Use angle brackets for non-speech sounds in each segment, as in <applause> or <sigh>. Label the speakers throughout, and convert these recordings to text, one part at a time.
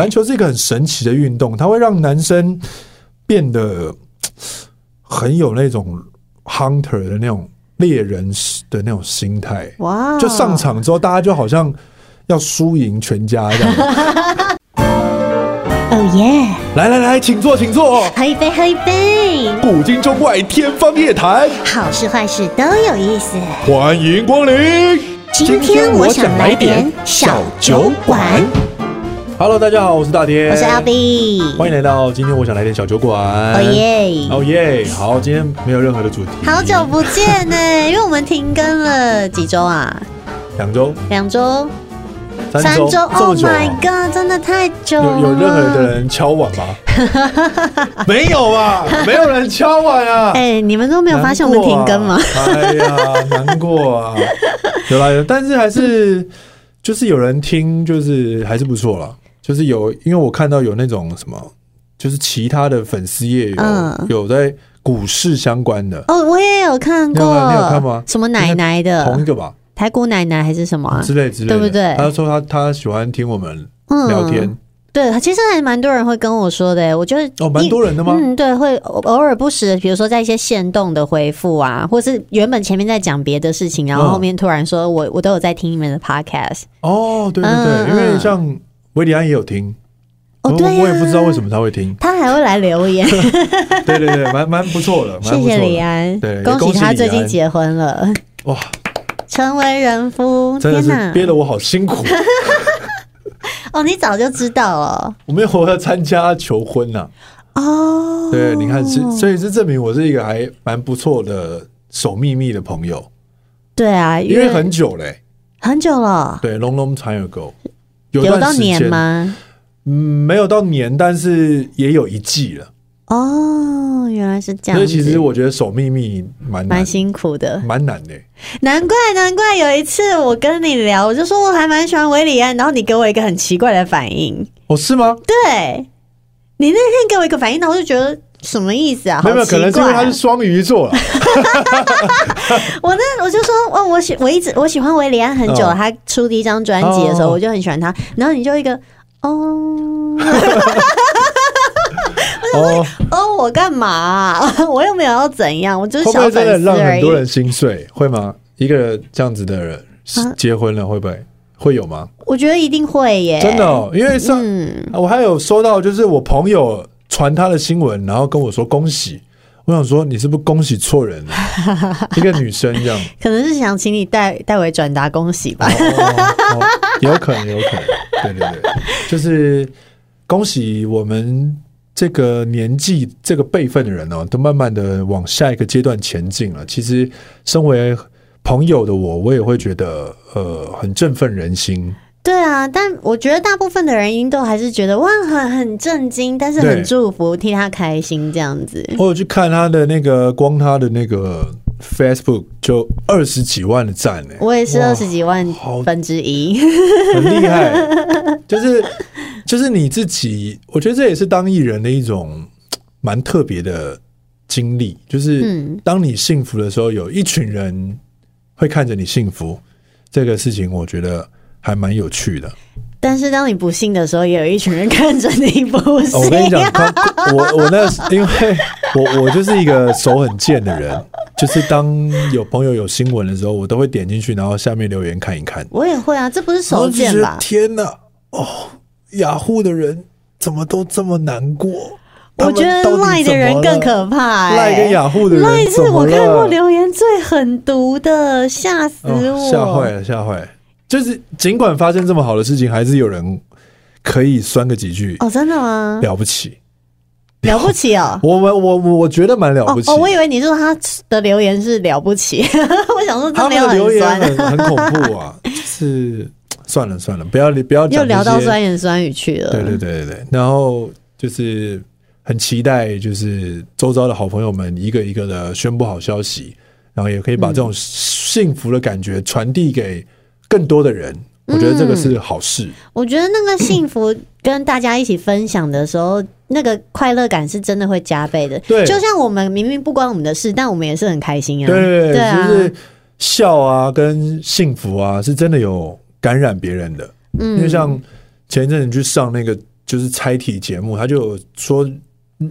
Speaker 1: 篮球是一个很神奇的运动，它会让男生变得很有那种 hunter 的那种猎人的那种心态。
Speaker 2: 哇，
Speaker 1: 就上场之后，大家就好像要输赢全家这
Speaker 2: <laughs>
Speaker 1: 样。
Speaker 2: 哦耶！
Speaker 1: 来来来，请坐，请坐。
Speaker 2: 喝一杯，喝一杯，
Speaker 1: 古今中外，天方夜谭，
Speaker 2: 好事坏事都有意思。
Speaker 1: 欢迎光临。
Speaker 2: 今天我想来点小酒馆。
Speaker 1: Hello，大家好，我是大爹，
Speaker 2: 我是阿，B，
Speaker 1: 欢迎来到今天我想来点小酒馆。
Speaker 2: 哦耶！
Speaker 1: 哦耶！好，今天没有任何的主题。
Speaker 2: 好久不见呢，
Speaker 1: <laughs>
Speaker 2: 因为我们停更了几周啊，
Speaker 1: 两周、
Speaker 2: 两周、
Speaker 1: 三周，这
Speaker 2: ，Oh
Speaker 1: 么久、啊
Speaker 2: my god，真的太
Speaker 1: 有
Speaker 2: 久了。
Speaker 1: 有任何的人敲碗
Speaker 2: <laughs>
Speaker 1: 吗？没有吧，没有人敲碗啊。
Speaker 2: <laughs> 哎，你们都没有发现我们停更吗？
Speaker 1: 难过啊？哎呀，难过
Speaker 2: <laughs>
Speaker 1: 啊！有啦有，但是还是就是有人听，就是还是不错啦。就是有，因为我看到有那种什么，就是其他的粉丝页有、
Speaker 2: 嗯
Speaker 1: 有在股市相关的，
Speaker 2: 哦，我也有看过，
Speaker 1: 你有看你有看吗
Speaker 2: 什么奶奶
Speaker 1: 同一
Speaker 2: 的，
Speaker 1: 个吧
Speaker 2: 排骨奶奶还是什么啊？
Speaker 1: 之类之类的，
Speaker 2: 嗯对不对
Speaker 1: 他说他他喜欢听我们
Speaker 2: 嗯
Speaker 1: 聊天，
Speaker 2: 对，其实还蛮多人会跟我说的耶，我觉得
Speaker 1: 哦，蛮
Speaker 2: 一
Speaker 1: 多人的吗？
Speaker 2: 嗯，对，会偶偶尔不时的，比如说在一些限动的回复啊，或是原本前面在讲别的事情，然后
Speaker 1: 嗯
Speaker 2: 后面突然说我我都有在听你们的 podcast。
Speaker 1: 哦，对对
Speaker 2: 嗯
Speaker 1: 对，因为
Speaker 2: 嗯
Speaker 1: 像维里安也有听，
Speaker 2: 哦，
Speaker 1: 我
Speaker 2: 对呀、，
Speaker 1: 我也不知道为什么他会听
Speaker 2: 他还会来
Speaker 1: <laughs>
Speaker 2: 留言，
Speaker 1: 对对对，
Speaker 2: <laughs>
Speaker 1: 蛮蛮不错的，蛮
Speaker 2: 谢
Speaker 1: 不错
Speaker 2: 谢啊李
Speaker 1: 的，
Speaker 2: 安，
Speaker 1: 对
Speaker 2: 恭
Speaker 1: 恭
Speaker 2: 喜
Speaker 1: 喜
Speaker 2: 他
Speaker 1: 李
Speaker 2: 最近
Speaker 1: 安
Speaker 2: 结婚了， <laughs>
Speaker 1: 哇，
Speaker 2: 成为人夫。
Speaker 1: 真的是
Speaker 2: 天哪！
Speaker 1: 憋得我好辛
Speaker 2: <laughs>
Speaker 1: 苦，
Speaker 2: 哦，你早就知道了
Speaker 1: 我没有我要参加求婚呐，
Speaker 2: 哦。
Speaker 1: 对，你看是，所以这证明我是一个还蛮不错的守秘密的朋友，
Speaker 2: 对啊，
Speaker 1: 因为很久嘞，
Speaker 2: 很久了，
Speaker 1: 对，long long time ago，有
Speaker 2: 有
Speaker 1: 段
Speaker 2: 到
Speaker 1: 时
Speaker 2: 年
Speaker 1: 间，
Speaker 2: 吗？
Speaker 1: 嗯，没有到年，但是也有一季了，
Speaker 2: 哦，原来是这样
Speaker 1: 所
Speaker 2: 子。
Speaker 1: 以其实我觉得守秘密蛮难
Speaker 2: 蛮，辛苦的，
Speaker 1: 蛮难的，
Speaker 2: 难怪难怪有一次我跟你聊，我就说我还蛮喜欢维里安，然后你给我一个很奇怪的反应，
Speaker 1: 哦，是吗？
Speaker 2: 对你那天给我一个反应，然后我就觉得什么意思啊？
Speaker 1: 没有，没有，
Speaker 2: 好奇
Speaker 1: 可能是因
Speaker 2: 怪
Speaker 1: 为
Speaker 2: 啊
Speaker 1: 他是双鱼座
Speaker 2: <laughs>
Speaker 1: 啦。
Speaker 2: 我那我就说哦，我喜我一直我喜欢维里安很久，
Speaker 1: 哦
Speaker 2: 他出第一张专辑的时候，
Speaker 1: 哦
Speaker 2: 我就很喜欢他，然后你就一个哦
Speaker 1: 哦，
Speaker 2: 哦，我干嘛 <laughs> 啊、我又没有要怎样，我就是
Speaker 1: 会不
Speaker 2: 小
Speaker 1: 会真的
Speaker 2: 粉丝
Speaker 1: 让
Speaker 2: 而
Speaker 1: 很
Speaker 2: 已。
Speaker 1: 多人心碎？会吗？一个这样子的人
Speaker 2: 啊
Speaker 1: 结婚了，会不会会有吗？
Speaker 2: 我觉得一定会耶，
Speaker 1: 真的、哦，因为上、
Speaker 2: 嗯，
Speaker 1: 我还有收到，就是我朋友传他的新闻，然后跟我说恭喜。我想说，你是不是恭喜错人了？
Speaker 2: <laughs>
Speaker 1: 一个女生这样，
Speaker 2: 可能是想请你代代为转达恭喜吧。
Speaker 1: 哦哦有可能，有可能，对对对，就是恭喜我们这个年纪、这个辈分的人哦，都慢慢的往下一个阶段前进了。其实，身为朋友的我，我也会觉得呃，很振奋人心。
Speaker 2: 对啊，但我觉得大部分的人应该都还是觉得哇，很很震惊，但是
Speaker 1: 对
Speaker 2: 很祝福，替他开心这样子。
Speaker 1: 我有去看他的那个，光他的那个 Facebook 就二十几万的赞呢、
Speaker 2: 我也是
Speaker 1: 哇
Speaker 2: 二十几万
Speaker 1: 好
Speaker 2: 分之一，
Speaker 1: <laughs> 很厉害，就是就是你自己，我觉得这也是当艺人的一种蛮特别的经历，就是
Speaker 2: 嗯
Speaker 1: 当你幸福的时候，有一群人会看着你幸福，这个事情我觉得还蛮有趣的。
Speaker 2: <laughs> 但是当你不幸的时候，也有一群人看着你不幸。
Speaker 1: 哦我跟你讲，他我我那因为我我就是一个手很贱的人，就是当有朋友有新闻的时候，我都会点进去，然后下面留言看一看。
Speaker 2: 我也会啊，这不是手
Speaker 1: 然后就
Speaker 2: 贱
Speaker 1: 觉得
Speaker 2: 吧？
Speaker 1: 天哪，哦，雅虎的人怎么都这么难过？
Speaker 2: 我觉得
Speaker 1: 他们到
Speaker 2: 赖
Speaker 1: 底怎
Speaker 2: 的
Speaker 1: 么了
Speaker 2: 人更可怕、欸。
Speaker 1: 赖跟雅虎的人
Speaker 2: 赖是
Speaker 1: 怎么
Speaker 2: 我看过
Speaker 1: 了
Speaker 2: 留言最狠毒的，吓死
Speaker 1: 哦
Speaker 2: 我！
Speaker 1: 吓坏、了，吓坏了。就是尽管发生这么好的事情，还是有人可以酸个几句，
Speaker 2: 哦，真的吗？
Speaker 1: 了不起。
Speaker 2: 了不起哦！
Speaker 1: 我我我我我觉得蛮啊了
Speaker 2: 哦
Speaker 1: 不起。
Speaker 2: 哦，我以为你说他的留言是了不起， <laughs> 我想说
Speaker 1: 他
Speaker 2: 这没
Speaker 1: 们
Speaker 2: 有
Speaker 1: 的留
Speaker 2: 很
Speaker 1: 言
Speaker 2: 酸，
Speaker 1: 很很恐怖啊，就是算了算了，不要不要讲这些
Speaker 2: 又聊到酸言酸语去了。
Speaker 1: 对对对对对，然后就是很期待，就是周遭的好朋友们一个一个的宣布好消息，然后也可以把这种幸福的感觉传递给更多的人。我觉得这个是好事，
Speaker 2: 我觉得那个幸福跟大家一起分享的时候，那个快乐感是真的会加倍的。
Speaker 1: 对
Speaker 2: 就像我们明明不关我们的事，但我们也是很开心啊。
Speaker 1: 对，
Speaker 2: 对啊，
Speaker 1: 就是笑啊，跟幸福啊，是真的有感染别人的。因为
Speaker 2: 嗯，
Speaker 1: 像前一阵子去上那个就是猜题节目，他就有说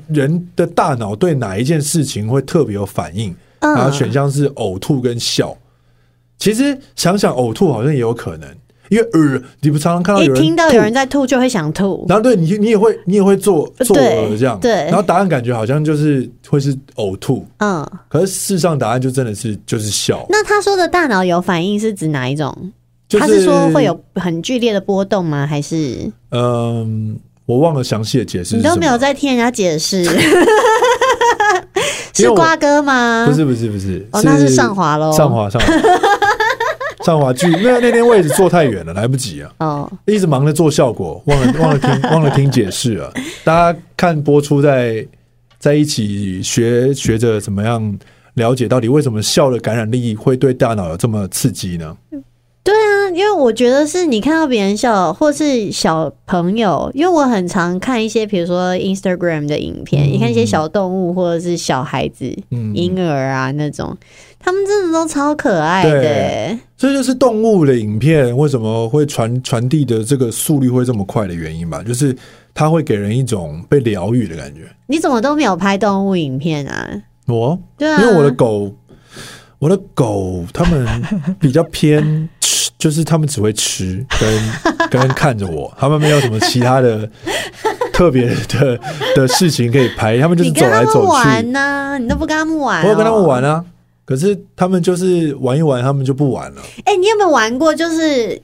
Speaker 1: 人的大脑对哪一件事情会特别有反应，
Speaker 2: 嗯
Speaker 1: 然后选项是呕吐跟笑。其实想想呕吐好像也有可能，因为呃，你不常常看到
Speaker 2: 一
Speaker 1: 有人
Speaker 2: 听到
Speaker 1: 吐
Speaker 2: 有人在吐就会想吐，
Speaker 1: 然后对你，你也会，你也会做做
Speaker 2: 对
Speaker 1: 这样，
Speaker 2: 对
Speaker 1: 然后答案感觉好像就是会是呕吐，
Speaker 2: 嗯。
Speaker 1: 可是事实上答案就真的是就是笑，
Speaker 2: 那他说的大脑有反应是指哪一种？
Speaker 1: 就
Speaker 2: 他是说会，有很剧烈的波动吗？还是
Speaker 1: 嗯、我忘了详细的解释，
Speaker 2: 你都没有，在听人家解释？
Speaker 1: <laughs> 因为
Speaker 2: 是
Speaker 1: 我
Speaker 2: 瓜哥吗？
Speaker 1: 不，是不是不是，
Speaker 2: 哦，那是上滑喽。
Speaker 1: 上滑上
Speaker 2: <laughs>
Speaker 1: 滑上滑剧，那那天位置坐太远了，来不及啊，
Speaker 2: 哦，
Speaker 1: 一直忙着做效果，忘
Speaker 2: <laughs>
Speaker 1: 了忘了听忘了听解释了。大家看播出在在一起学学着怎么样了解到底为什么笑的感染力会对大脑有这么刺激呢？
Speaker 2: 对啊，因为我觉得是你看到别人笑，或是小朋友，因为我很常看一些，比如说 Instagram 的影片，你看一些小动物或者是小孩子、
Speaker 1: 嗯，
Speaker 2: 婴儿啊那种，他们真的都超可爱的、
Speaker 1: 对这就是动物的影片为什么会传传递的这个速率会这么快的原因吧，就是它会给人一种被疗愈的感觉。
Speaker 2: 你怎么都没有拍动物影片啊？
Speaker 1: 我
Speaker 2: 对啊，
Speaker 1: 因为我的狗，我的狗它们比较偏吃，就是它们只会吃跟 <laughs> 跟看着我，它们没有什么其他的特别的的事情可以拍，它们就是
Speaker 2: 你
Speaker 1: 走
Speaker 2: 跟他
Speaker 1: 来
Speaker 2: 们
Speaker 1: 走去。
Speaker 2: 玩呢、你都不跟他们玩、哦
Speaker 1: 我有跟他们。玩啊，可是他们就是玩一玩，他们就不玩了。
Speaker 2: 哎、你有没有玩过？就是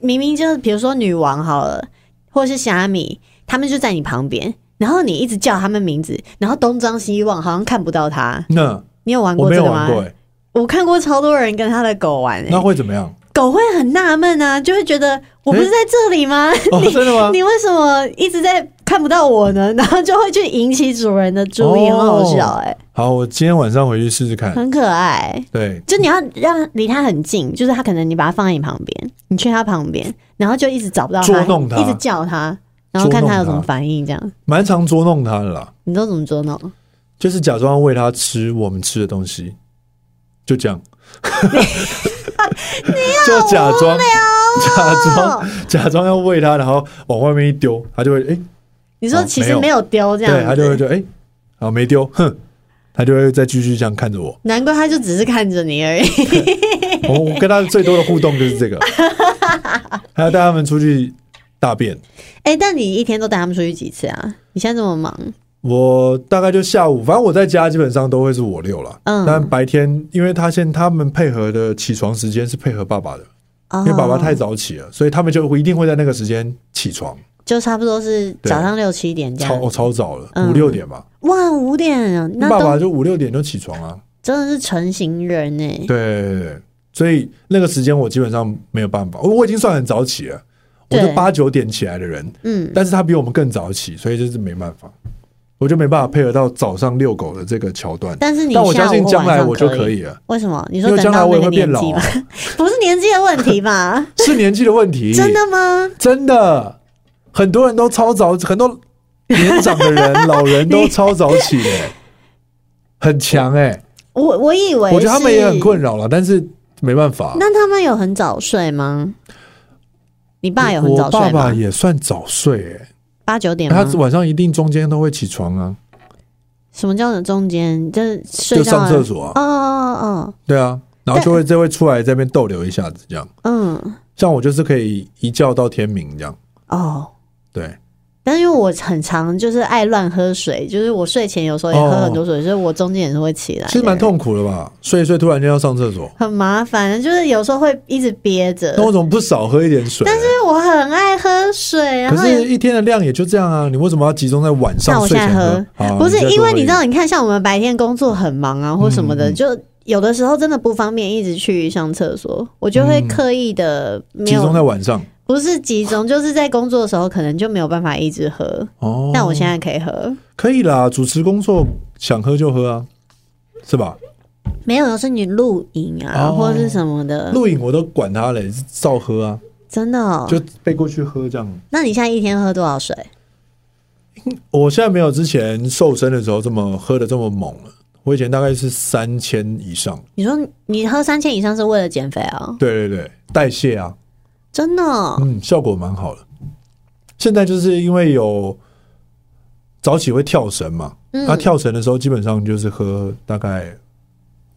Speaker 2: 明明就是比如说女王好了，或是虾米，他们就在你旁边，然后你一直叫他们名字，然后东张西望，好像看不到他。
Speaker 1: 那
Speaker 2: 你有玩
Speaker 1: 我
Speaker 2: 过
Speaker 1: 没
Speaker 2: 这
Speaker 1: 有
Speaker 2: 个吗？
Speaker 1: 玩过、欸，
Speaker 2: 我看过超多人跟他的狗玩、
Speaker 1: 那
Speaker 2: 欸，
Speaker 1: 会怎么
Speaker 2: <laughs>
Speaker 1: 样？
Speaker 2: 狗会很纳闷啊，就会觉得我不是在这里吗？
Speaker 1: 哦，真的吗？
Speaker 2: 你为什么一直在看不到我呢？然后就会去引起主人的注意，
Speaker 1: 哦
Speaker 2: 很好笑哎、
Speaker 1: 好，我今天晚上回去试试看。
Speaker 2: 很可爱、
Speaker 1: 对，
Speaker 2: 就你要让离它很近，就是它可能你把它放在你旁边，你去它旁边，然后就一直找不到它，
Speaker 1: 捉弄它
Speaker 2: 一直叫它，然后看它有什么反应，这样
Speaker 1: 蛮常捉弄它的啦，
Speaker 2: 你都怎么捉弄？
Speaker 1: 就是假装喂它吃我们吃的东西，就这
Speaker 2: <laughs>
Speaker 1: 样。
Speaker 2: 哦
Speaker 1: 就假装假装假装要喂它，然后往外面一丢，它就会哎、
Speaker 2: 你说其实
Speaker 1: 哦没
Speaker 2: 没有丢这样
Speaker 1: 对，它就会
Speaker 2: 子，
Speaker 1: 就哎，好、没丢，哼，它就会再继续这样看着
Speaker 2: <laughs>
Speaker 1: 我。
Speaker 2: 难怪它就只是看着
Speaker 1: <laughs>
Speaker 2: 你而已。
Speaker 1: 我我跟它最多的互动就是这个，还要带它们出去大便。
Speaker 2: 哎、但你一天都带他们出去几次啊？你现在这么忙，
Speaker 1: 我大概就下午，反正我在家基本上都会是我遛了。
Speaker 2: 嗯
Speaker 1: 但白天，因为他现他们配合的起床时间是配合爸爸的，
Speaker 2: 哦
Speaker 1: 因为爸爸太早起了，所以他们就会一定会在那个时间起床，
Speaker 2: 就差不多是
Speaker 1: 对
Speaker 2: 早上六七点这
Speaker 1: 超、
Speaker 2: 样。
Speaker 1: 哦、超早了，
Speaker 2: 嗯
Speaker 1: 五六点吧。
Speaker 2: 哇，五点啊，那
Speaker 1: 爸爸
Speaker 2: 都
Speaker 1: 就五六点就起床啊。
Speaker 2: 真的是成型人哎、
Speaker 1: 对对对对，所以那个时间我基本上没有办法，我我已经算很早起了，我
Speaker 2: 对
Speaker 1: 就八九点起来的人，
Speaker 2: 嗯，
Speaker 1: 但是他比我们更早起，所以就是没办法，我就没办法配合到早上遛狗的这个桥段。
Speaker 2: 但是你
Speaker 1: 但我相
Speaker 2: 下
Speaker 1: 信
Speaker 2: 午或
Speaker 1: 将
Speaker 2: 晚
Speaker 1: 来
Speaker 2: 上
Speaker 1: 我就
Speaker 2: 可
Speaker 1: 可。以了。
Speaker 2: 为什么？你
Speaker 1: 因
Speaker 2: 说
Speaker 1: 为
Speaker 2: 等
Speaker 1: 将来
Speaker 2: 到
Speaker 1: 我
Speaker 2: 那
Speaker 1: 也
Speaker 2: 个
Speaker 1: 会变
Speaker 2: 年
Speaker 1: 老
Speaker 2: 纪
Speaker 1: 啊
Speaker 2: 吧，， <laughs> 不是年纪的问题
Speaker 1: <laughs>
Speaker 2: 吧？
Speaker 1: 是年纪的问题。
Speaker 2: 真，的吗？
Speaker 1: 真的，很多人都超早，很多年长的人、老人
Speaker 2: <laughs>
Speaker 1: 都超早起的、很强哎、
Speaker 2: 我我以为
Speaker 1: 我觉得他们也很
Speaker 2: 是
Speaker 1: 困扰了，但是没办法。
Speaker 2: 那他们有很早睡吗？你爸有很早
Speaker 1: 我爸
Speaker 2: 睡
Speaker 1: 爸
Speaker 2: 吗？啊
Speaker 1: 也算早睡哎、
Speaker 2: 八九点
Speaker 1: 他
Speaker 2: 吗？
Speaker 1: 晚上一定中间都会起床啊，
Speaker 2: 什么叫中间？就是睡
Speaker 1: 就
Speaker 2: 觉
Speaker 1: 上厕
Speaker 2: 啊？
Speaker 1: 所啊，
Speaker 2: 哦哦
Speaker 1: 对啊，然后就会就会出来这边逗留一下子这样。
Speaker 2: 哦，嗯
Speaker 1: 像我就是可以一觉到天明这样，
Speaker 2: 哦。
Speaker 1: 对，
Speaker 2: 但是因为我很常就是爱乱喝水，就是我睡前有时候也喝很多水，所以我中间也是会起来的。
Speaker 1: 哦其实蛮痛苦的吧，睡一睡突然间要上厕所，
Speaker 2: 很麻烦，就是有时候会一直憋着。
Speaker 1: 那为什么不少喝一点水？啊
Speaker 2: 但是我很爱喝水，然
Speaker 1: 可
Speaker 2: 后
Speaker 1: 是，一天的量也就这样啊，你为什么要集中在晚
Speaker 2: 那
Speaker 1: 上
Speaker 2: 我
Speaker 1: 睡
Speaker 2: 现在
Speaker 1: 前啊
Speaker 2: 喝
Speaker 1: 喝？好
Speaker 2: 不是
Speaker 1: 再
Speaker 2: 因
Speaker 1: 哦多
Speaker 2: 为
Speaker 1: 喝
Speaker 2: 你
Speaker 1: 一点
Speaker 2: 知道，你看像我们白天工作很忙啊，或什么的，
Speaker 1: 嗯嗯
Speaker 2: 就有的时候真的不方便一直去上厕所，我就会
Speaker 1: 嗯
Speaker 2: 刻意的没
Speaker 1: 集中
Speaker 2: 有，
Speaker 1: 在晚上
Speaker 2: 不是
Speaker 1: <laughs>
Speaker 2: 集中，就是在工作的时候可能就没有办法一直喝。
Speaker 1: 哦。
Speaker 2: 但我现在可以喝，
Speaker 1: 可以啦，主持工作想喝就喝啊，是吧？
Speaker 2: 没有是你露营啊，
Speaker 1: 哦
Speaker 2: 或者是什么的，
Speaker 1: 录影我都管他嘞，照喝啊，
Speaker 2: 真的、哦。
Speaker 1: 就背过去喝这样。
Speaker 2: 那你现在一天喝多少水？
Speaker 1: 我现在没有之前瘦身的时候这么喝的这么猛了，我以前大概是三千以上，
Speaker 2: 你说你喝三千以上是为了减肥啊？
Speaker 1: 对对对，代谢啊，
Speaker 2: 真的哦、
Speaker 1: 嗯，效果蛮好的。现在就是因为有早起会跳绳嘛，
Speaker 2: 嗯
Speaker 1: 他跳绳的时候基本上就是喝大概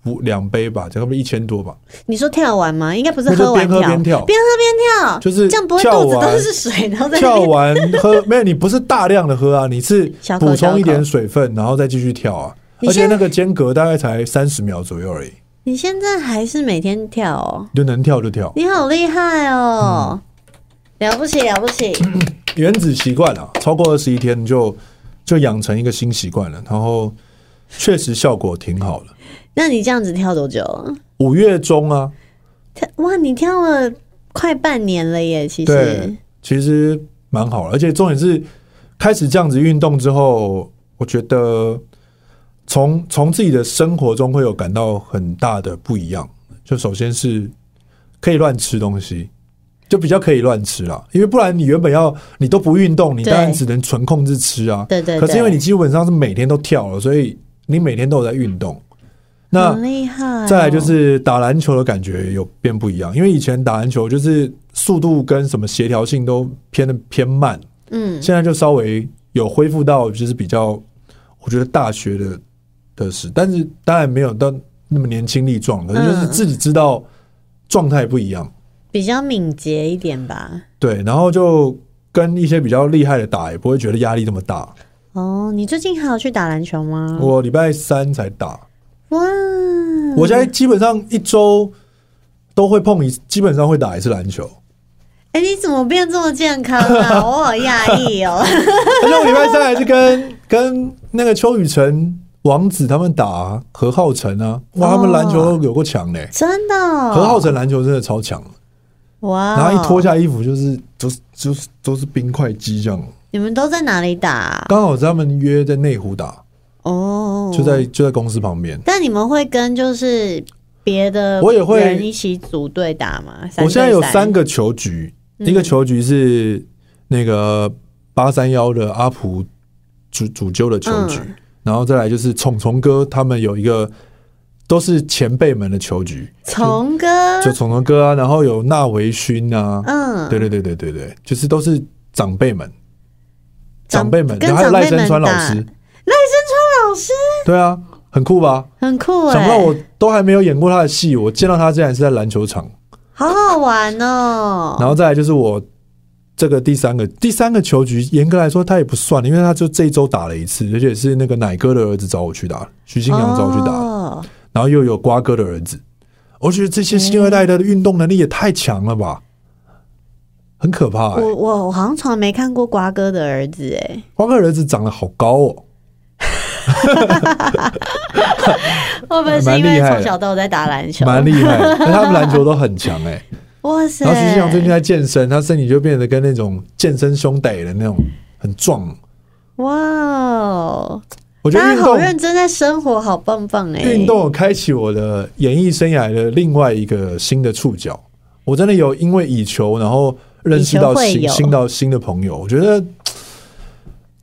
Speaker 1: 五两杯吧，差不多一千多吧，
Speaker 2: 你说跳完吗？应该不是
Speaker 1: 那就
Speaker 2: 喝完
Speaker 1: 边
Speaker 2: 跳，
Speaker 1: 喝边跳，
Speaker 2: 边喝边跳，
Speaker 1: 就是
Speaker 2: 这样不会
Speaker 1: 跳
Speaker 2: 肚子都
Speaker 1: 完
Speaker 2: 是水，然后在那
Speaker 1: 跳
Speaker 2: 边
Speaker 1: 完喝没有？你不是大量的喝啊，你是
Speaker 2: <laughs> 小口
Speaker 1: 补充一
Speaker 2: 小口
Speaker 1: 点水分，然后再继续跳啊。
Speaker 2: 你
Speaker 1: 而且
Speaker 2: 现在
Speaker 1: 那个间隔大概才三十秒左右而已，
Speaker 2: 你现在还是每天跳哦，
Speaker 1: 你就能跳就跳。
Speaker 2: 你好厉害哦，
Speaker 1: 嗯
Speaker 2: 了不起了
Speaker 1: <laughs>
Speaker 2: 不起，
Speaker 1: 原子习惯啊，超过二十一天你就就养成一个新习惯了，然后确实效果挺好的。
Speaker 2: 那你这样子跳多久了？
Speaker 1: 五月中啊，
Speaker 2: 跳哇，你跳了快半年了耶，其实
Speaker 1: 对，其实蛮好的，而且重点是开始这样子运动之后，我觉得从从自己的生活中会有感到很大的不一样。就首先是可以乱吃东西，就比较可以乱吃啦，因为不然你原本要你都不运动，你
Speaker 2: 对
Speaker 1: 当然只能纯控制吃啊。
Speaker 2: 对对对
Speaker 1: 可是因为你基本上是每天都跳了，所以你每天都有在运动。那
Speaker 2: 好厉害哦、
Speaker 1: 再来就是打篮球的感觉有变不一样，因为以前打篮球就是速度跟什么协调性都偏的偏慢，
Speaker 2: 嗯，
Speaker 1: 现在就稍微有恢复到就是比较，我觉得大学的的事，但是当然没有到那么年轻力壮，可是就是
Speaker 2: 嗯
Speaker 1: 自己知道状态不一样，
Speaker 2: 比较敏捷一点吧。
Speaker 1: 对，然后就跟一些比较厉害的打也不会觉得压力这么大。
Speaker 2: 哦，你最近还有去打篮球吗？
Speaker 1: 我礼拜三才打，
Speaker 2: 哇，嗯
Speaker 1: 我现在基本上一周都会碰一，基本上会打一次篮球。
Speaker 2: 哎、你怎么变这么健
Speaker 1: <laughs>
Speaker 2: 康啊？我好讶异哦。
Speaker 1: 而且我礼拜三还是跟跟那个邱雨辰、王子他们打何浩晨啊，哇，他们篮球有够强嘞！
Speaker 2: 真的、
Speaker 1: 何浩
Speaker 2: 哦，
Speaker 1: 晨篮球真的超强，
Speaker 2: 哇哦！
Speaker 1: 然后一脱下衣服就是都是就是都是冰块肌这样。
Speaker 2: 你们都在哪里打啊、
Speaker 1: 刚好他们约在内湖打，
Speaker 2: 哦，
Speaker 1: 就在就在公司旁边。
Speaker 2: 但你们会跟就是别的
Speaker 1: 我也会
Speaker 2: 人一起组队打吗？
Speaker 1: 我现在有三
Speaker 2: 个，
Speaker 1: 个球局，一个球局是那个八三幺的阿普主主揪的球局，
Speaker 2: 嗯
Speaker 1: 然后再来就是虫虫哥他们有一个都是前辈们的球局，
Speaker 2: 虫哥，
Speaker 1: 就虫虫哥啊，然后有纳维勋啊，
Speaker 2: 嗯，
Speaker 1: 对对对对对对，就是都是长辈们，
Speaker 2: 长
Speaker 1: 长辈们，
Speaker 2: 跟
Speaker 1: 然后还有
Speaker 2: 长辈
Speaker 1: 赖声
Speaker 2: 们
Speaker 1: 川老
Speaker 2: 打
Speaker 1: 师，
Speaker 2: 老师
Speaker 1: 对啊，很酷吧？
Speaker 2: 很酷哎、
Speaker 1: 想不到我都还没有演过他的戏，我见到他竟然是在篮球场，
Speaker 2: 好好玩哦。
Speaker 1: 然后再来就是我这个第三个第三个球局，严格来说他也不算，因为他就这一周打了一次，而且是那个奶哥的儿子找我去打，徐新阳找我去打，
Speaker 2: 哦
Speaker 1: 然后又有瓜哥的儿子，我觉得这些新二代的运动能力也太强了吧，很可怕、欸。
Speaker 2: 我我我好像从来没看过瓜哥的儿子哎、
Speaker 1: 瓜哥儿子长得好高哦，
Speaker 2: 会不会是
Speaker 1: 蛮
Speaker 2: 因为
Speaker 1: 厉害的
Speaker 2: 从小到在打篮球？
Speaker 1: 蛮厉害
Speaker 2: <laughs>
Speaker 1: 的。但他们篮球都很强哎、
Speaker 2: 哇塞！
Speaker 1: 然后徐新阳最近在健身，他身体就变得跟那种健身兄弟的那种很壮。
Speaker 2: 哇哦，
Speaker 1: 我觉得
Speaker 2: 大
Speaker 1: 运
Speaker 2: 家好
Speaker 1: 动
Speaker 2: 认真在生活，好棒棒哎、
Speaker 1: 运动有开启我的演艺生涯的另外一个新的触角。我真的有因为以球，然后认识到
Speaker 2: 以球会
Speaker 1: 新
Speaker 2: 友
Speaker 1: 新到新的朋友。我觉得嘖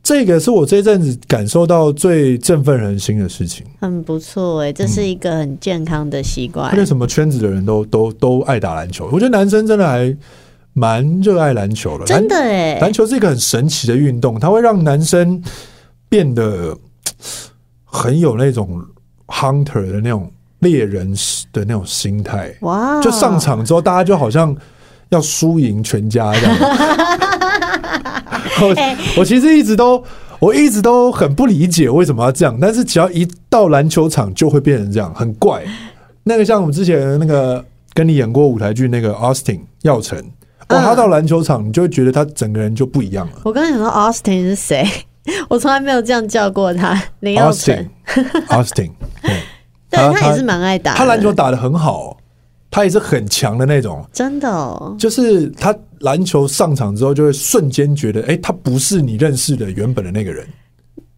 Speaker 1: 这个是我这阵子感受到最振奋人心的事情。
Speaker 2: 很不错哎、这是一个很健康的习惯
Speaker 1: 而。且什么圈子的人都都都爱打篮球。我觉得男生真的还蛮热爱篮球的，
Speaker 2: 真的哎、
Speaker 1: 篮篮球是一个很神奇的运动，它会让男生变得嘖很有那种 hunter 的那种猎人的那种心态。
Speaker 2: 哇哦，
Speaker 1: 就上场之后，大家就好像要输赢全家
Speaker 2: <laughs>
Speaker 1: 这样。
Speaker 2: 哎
Speaker 1: 我我其实一直都我一直都很不理解为什么要这样，但是只要一到篮球场就会变成这样，很怪。那个像我们之前那个跟你演过舞台剧那个 Austin 耀成，哇，
Speaker 2: 嗯
Speaker 1: 他到篮球场你就会觉得他整个人就不一样了。
Speaker 2: 我刚才想说 Austin 是谁， <laughs> 我从来没有这样叫过他。林耀成啊
Speaker 1: Austin Austin，对，
Speaker 2: <laughs> 对
Speaker 1: 他
Speaker 2: 他也是蛮爱打的
Speaker 1: 他篮球打得很好，他也是很强的那种。
Speaker 2: 真的、哦，
Speaker 1: 就是他篮球上场之后，就会瞬间觉得，哎、他不是你认识的原本的那个人。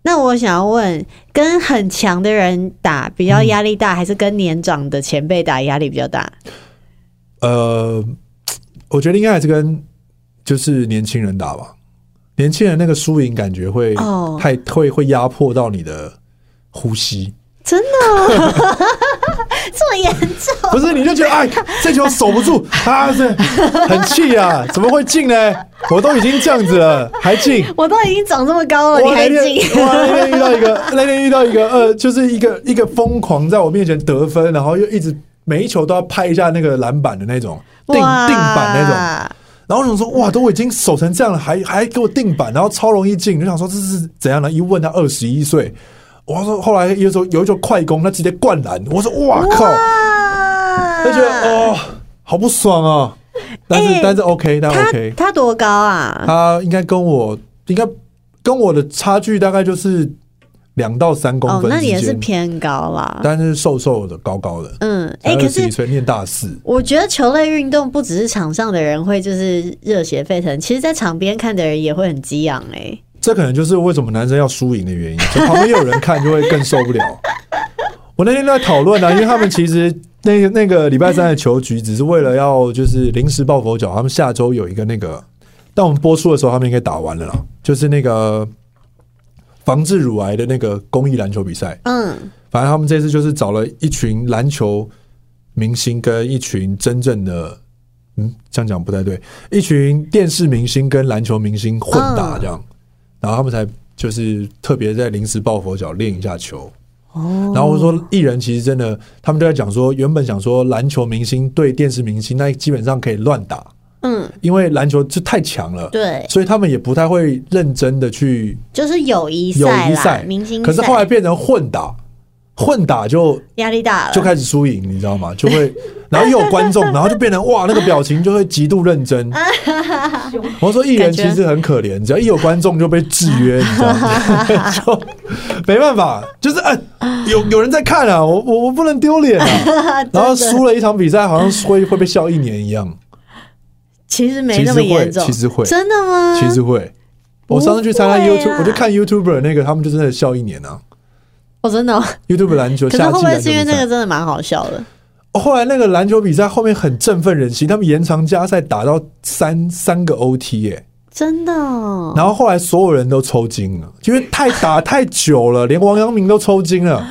Speaker 2: 那我想要问，跟很强的人打比较压力大，还是跟年长的前辈打压力比较大？
Speaker 1: 呃，我觉得应该还是跟就是年轻人打吧，年轻人那个输赢感觉会
Speaker 2: 哦
Speaker 1: 太会会压迫到你的呼吸。
Speaker 2: 真的哦、这么严重？
Speaker 1: 不是，你就觉得哎，这球守不住，他是很气啊，怎么会进呢？我都已经这样子了，还进。
Speaker 2: 我都已经长这么高了，哦你
Speaker 1: 我
Speaker 2: 还
Speaker 1: 那天
Speaker 2: <laughs> 进？
Speaker 1: 我那天遇到一
Speaker 2: <laughs>
Speaker 1: 个，那天遇到一个，呃，就是一个一个疯狂在我面前得分，然后又一直每一球都要拍一下那个篮板的那种定定板那种。
Speaker 2: 种。
Speaker 1: 然后我想说，哇，都已经守成这样了，还还给我定板，然后超容易进，就想说这是怎样呢？啊一问他二十一岁，我说后来有时候有一球快攻，他直接灌篮，我说哇靠，
Speaker 2: 哇！
Speaker 1: 就觉得哦，好不爽啊！但是、
Speaker 2: 哎
Speaker 1: 但是 OK，但
Speaker 2: 他
Speaker 1: OK，
Speaker 2: 他多高啊？
Speaker 1: 他应该跟我应该跟我的差距大概就是两到三公
Speaker 2: 哦，
Speaker 1: 分
Speaker 2: 那
Speaker 1: 之
Speaker 2: 也是
Speaker 1: 间，
Speaker 2: 偏高啦。
Speaker 1: 但是瘦瘦的，高高的，
Speaker 2: 嗯，哎、
Speaker 1: 才
Speaker 2: 可
Speaker 1: 二十
Speaker 2: 是
Speaker 1: 一岁，念大四。
Speaker 2: 我觉得球类运动不只是场上的人会就是热血沸腾，其实在场边看的人也会很激昂哎、
Speaker 1: 这可能就是为什么男生要输赢的原因，就旁边有人看就会更受不了。我那天都在讨
Speaker 2: <laughs>
Speaker 1: 论呢、啊因为他们其实那个那个礼拜三的球局只是为了要就是临时抱佛脚，他们下周有一个那个，但我们播出的时候他们应该打完了啦，就是那个防治乳癌的那个公益篮球比赛。
Speaker 2: 嗯，
Speaker 1: 反正他们这次就是找了一群篮球明星跟一群真正的，嗯，这样讲不太对，一群电视明星跟篮球明星混打嗯这样，然后他们才就是特别在临时抱佛脚练一下球。
Speaker 2: 哦，
Speaker 1: 然后我说，艺人其实真的，他们都在讲说，原本想说篮球明星对电视明星，那基本上可以乱打，
Speaker 2: 嗯，
Speaker 1: 因为篮球就太强了，
Speaker 2: 对，
Speaker 1: 所以他们也不太会认真的去
Speaker 2: 就是友谊
Speaker 1: 友
Speaker 2: 赛
Speaker 1: 谊
Speaker 2: 啦
Speaker 1: 赛，，
Speaker 2: 明星赛，
Speaker 1: 可是后来变成混打，混打就
Speaker 2: 压力大了， <laughs>
Speaker 1: 就开始输赢，你知道吗？就会，然后又有观众，然后就变成哇，那个表情就会极度认真。
Speaker 2: <laughs>
Speaker 1: 我说艺人其实很可怜，只要一有观众就被制
Speaker 2: <laughs>
Speaker 1: 约，你知道吗？就没办法，就是哎、有有人在看啊，我我我不能丢
Speaker 2: <laughs>
Speaker 1: 脸啊。然后输了一场比赛，好像会会被笑一年一样，
Speaker 2: 其实没那么严重，
Speaker 1: 其实会其实
Speaker 2: 真的吗？
Speaker 1: 其实会。我上次去参加
Speaker 2: 嗯不会啊
Speaker 1: YouTube，、我就看 YouTuber 那个，他们就真的笑一年啊。
Speaker 2: 我真的哦，
Speaker 1: YouTube 篮球
Speaker 2: 可是
Speaker 1: 夏
Speaker 2: 会不
Speaker 1: 季篮
Speaker 2: 会
Speaker 1: 球
Speaker 2: 是因为
Speaker 1: 比
Speaker 2: 那个
Speaker 1: 赛
Speaker 2: 真的蛮好笑的？
Speaker 1: 哦后来那个篮球比赛后面很振奋人心，他们延长加赛打到三三个 OT 耶、
Speaker 2: 真
Speaker 1: <laughs>
Speaker 2: 的哦，
Speaker 1: 然后后来所有人都抽筋了，因为太打太久了，连王阳明都抽筋了。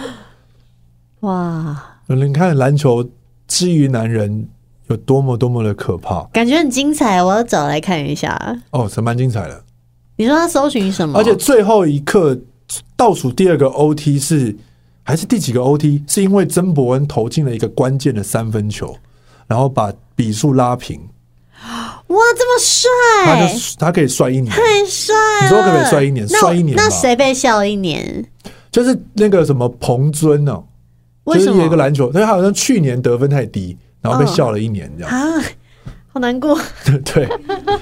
Speaker 2: 哇，
Speaker 1: 你看篮球基于男人有多么多么的可怕
Speaker 2: 感觉很精彩，我要找来看一下。
Speaker 1: 哦，是蛮精彩的。
Speaker 2: 你说他搜寻什么？
Speaker 1: 而且最后一刻倒数第二个 OT 是还是第几个 OT？是因为曾伯恩投进了一个关键的三分球，然后把比数拉平，
Speaker 2: 哇，这
Speaker 1: 他
Speaker 2: 么帅
Speaker 1: 就，他可以帅一年。
Speaker 2: 太帅了！
Speaker 1: 你说可不可以帅一年
Speaker 2: 那
Speaker 1: 帅一年吧
Speaker 2: 那谁被笑一年？
Speaker 1: 就是那个什么彭尊哦、
Speaker 2: 为
Speaker 1: 就
Speaker 2: 什
Speaker 1: 是有一个
Speaker 2: 么
Speaker 1: 篮球，他好像去年得分太低，然后被
Speaker 2: 嗯
Speaker 1: 笑了一年这样。
Speaker 2: 啊？好难过
Speaker 1: <laughs> 对，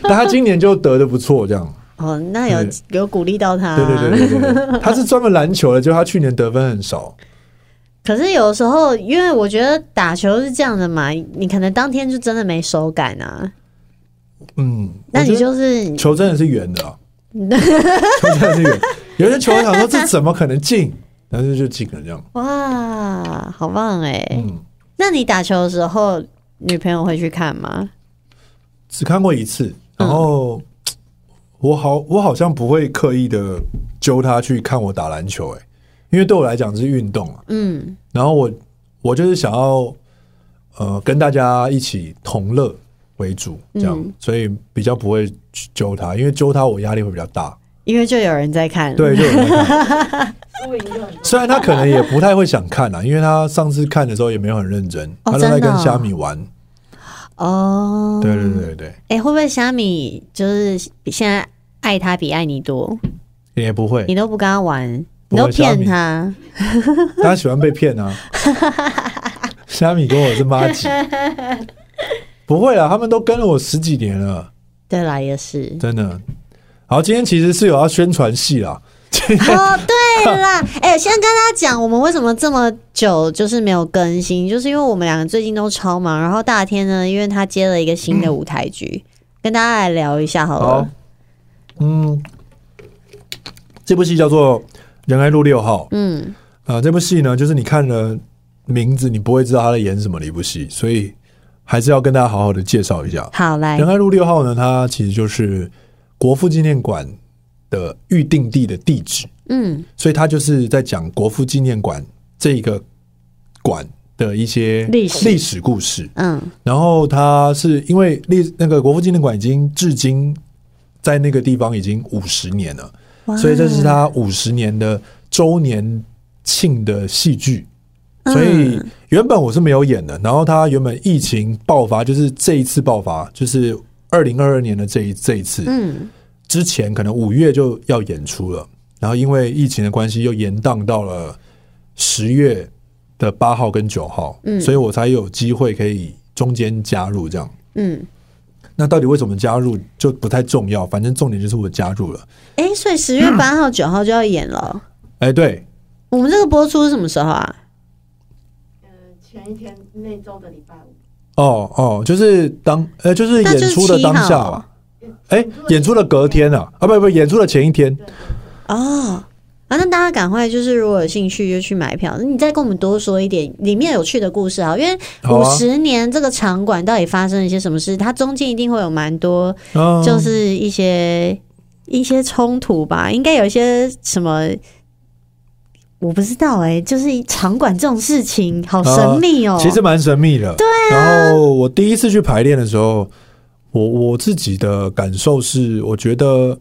Speaker 1: 但他今年就得的不错，这样。
Speaker 2: 哦，那有
Speaker 1: 对
Speaker 2: 有鼓励到他，
Speaker 1: 对对对对对对，他是专门篮球的，就他去年得分很少。
Speaker 2: 可是有时候，因为我觉得打球是这样的嘛，你可能当天就真的没手感啊，
Speaker 1: 嗯，
Speaker 2: 那
Speaker 1: 我
Speaker 2: 你
Speaker 1: 觉得
Speaker 2: 就是
Speaker 1: 球真的是圆
Speaker 2: <laughs>
Speaker 1: 的、啊，球真的是圆。有些球想说这怎么可能进，然后就就进了这样。
Speaker 2: 哇，好棒哎、
Speaker 1: 嗯，
Speaker 2: 那你打球的时候，女朋友会去看吗？
Speaker 1: 只看过一次，然
Speaker 2: 嗯
Speaker 1: 后、我好我好像不会刻意的揪他去看我打篮球、欸，因为对我来讲是运动啊。
Speaker 2: 嗯，
Speaker 1: 然后我我就是想要呃跟大家一起同乐为主，这样，
Speaker 2: 嗯
Speaker 1: 所以比较不会去揪他，因为揪他我压力会比较大。
Speaker 2: 因为就有人在看，
Speaker 1: 对，就有人看
Speaker 2: <laughs>
Speaker 3: 输赢就很
Speaker 1: 虽然他可能也不太会想看啊啦，因为他上次看的时候也没有很认真，他
Speaker 2: 哦
Speaker 1: 都在
Speaker 2: 真的
Speaker 1: 跟
Speaker 2: 哦
Speaker 1: 虾米玩。
Speaker 2: 哦，
Speaker 1: 对对对对，
Speaker 2: 哎、会不会虾米就是比现在爱他比爱你多？
Speaker 1: 也不会，
Speaker 2: 你都不跟他玩，
Speaker 1: 不
Speaker 2: 你
Speaker 1: 会
Speaker 2: 都骗他，
Speaker 1: 他喜欢被骗啊。虾米跟我是妈吉，不会啦，他们都跟了我十几年了。。
Speaker 2: 对啦，也是
Speaker 1: 真的。好，今天其实是有要宣传戏啦，
Speaker 2: 哦，
Speaker 1: <laughs>
Speaker 2: 对啦，哎、先跟大家讲，我们为什么这么久就是没有更新，就是因为我们两个最近都超忙。然后大天呢，因为他接了一个新的舞台剧，跟大家来聊一下好了。
Speaker 1: 嗯好，嗯，这部戏叫做《仁爱路六号》。
Speaker 2: 嗯，
Speaker 1: 呃，这部戏呢，就是你看了名字，你不会知道他在演什么的一部戏，所以还是要跟大家好好的介绍一下。
Speaker 2: 好来
Speaker 1: 仁，爱路六号呢，它其实就是国父纪念馆的预定地的地址，
Speaker 2: 嗯
Speaker 1: 所以它就是在讲国父纪念馆这个馆的一些
Speaker 2: 历史
Speaker 1: 历史故事。
Speaker 2: 嗯，
Speaker 1: 然后他是因为历那个国父纪念馆已经至今在那个地方已经五十年了，
Speaker 2: 哇
Speaker 1: 所以这是他五十年的周年庆的戏剧。
Speaker 2: 嗯
Speaker 1: 所以原本我是没有演的，然后他原本疫情爆发，就是这一次爆发，就是二零二二年的这一这一次，
Speaker 2: 嗯
Speaker 1: 之前可能五月就要演出了，然后因为疫情的关系又延宕到了十月的八号跟九号，
Speaker 2: 嗯
Speaker 1: 所以我才有机会可以中间加入这样。
Speaker 2: 嗯，
Speaker 1: 那到底为什么加入就不太重要，反正重点就是我加入了。
Speaker 2: 哎、所以十月八号、九号就要演了。
Speaker 1: 哎、对，
Speaker 2: 我们这个播出是什么时候啊？
Speaker 3: 呃，前一天那周的礼拜五，
Speaker 1: 哦哦，就是当呃，就是
Speaker 2: 那
Speaker 1: 演
Speaker 2: 就是
Speaker 1: 出的当
Speaker 2: 7
Speaker 1: 下
Speaker 2: 号
Speaker 1: 吧。哎、演出的隔天啊，啊不不，演出的前一天。
Speaker 3: 对，对
Speaker 2: 哦，啊，那大家赶快就是如果有兴趣就去买票。你再跟我们多说一点里面有趣的故事啊，因为
Speaker 1: 好
Speaker 2: 五
Speaker 1: 啊
Speaker 2: 十年这个场馆到底发生了一些什么事，它中间一定会有蛮多
Speaker 1: 嗯，
Speaker 2: 就是哦一些、一些冲突吧，应该有一些什么。我不知道哎、就是场馆这种事情好神秘哦、
Speaker 1: 啊其实蛮神秘的。对、
Speaker 2: 啊
Speaker 1: 然后我第一次去排练的时候，我我自己的感受是，我觉得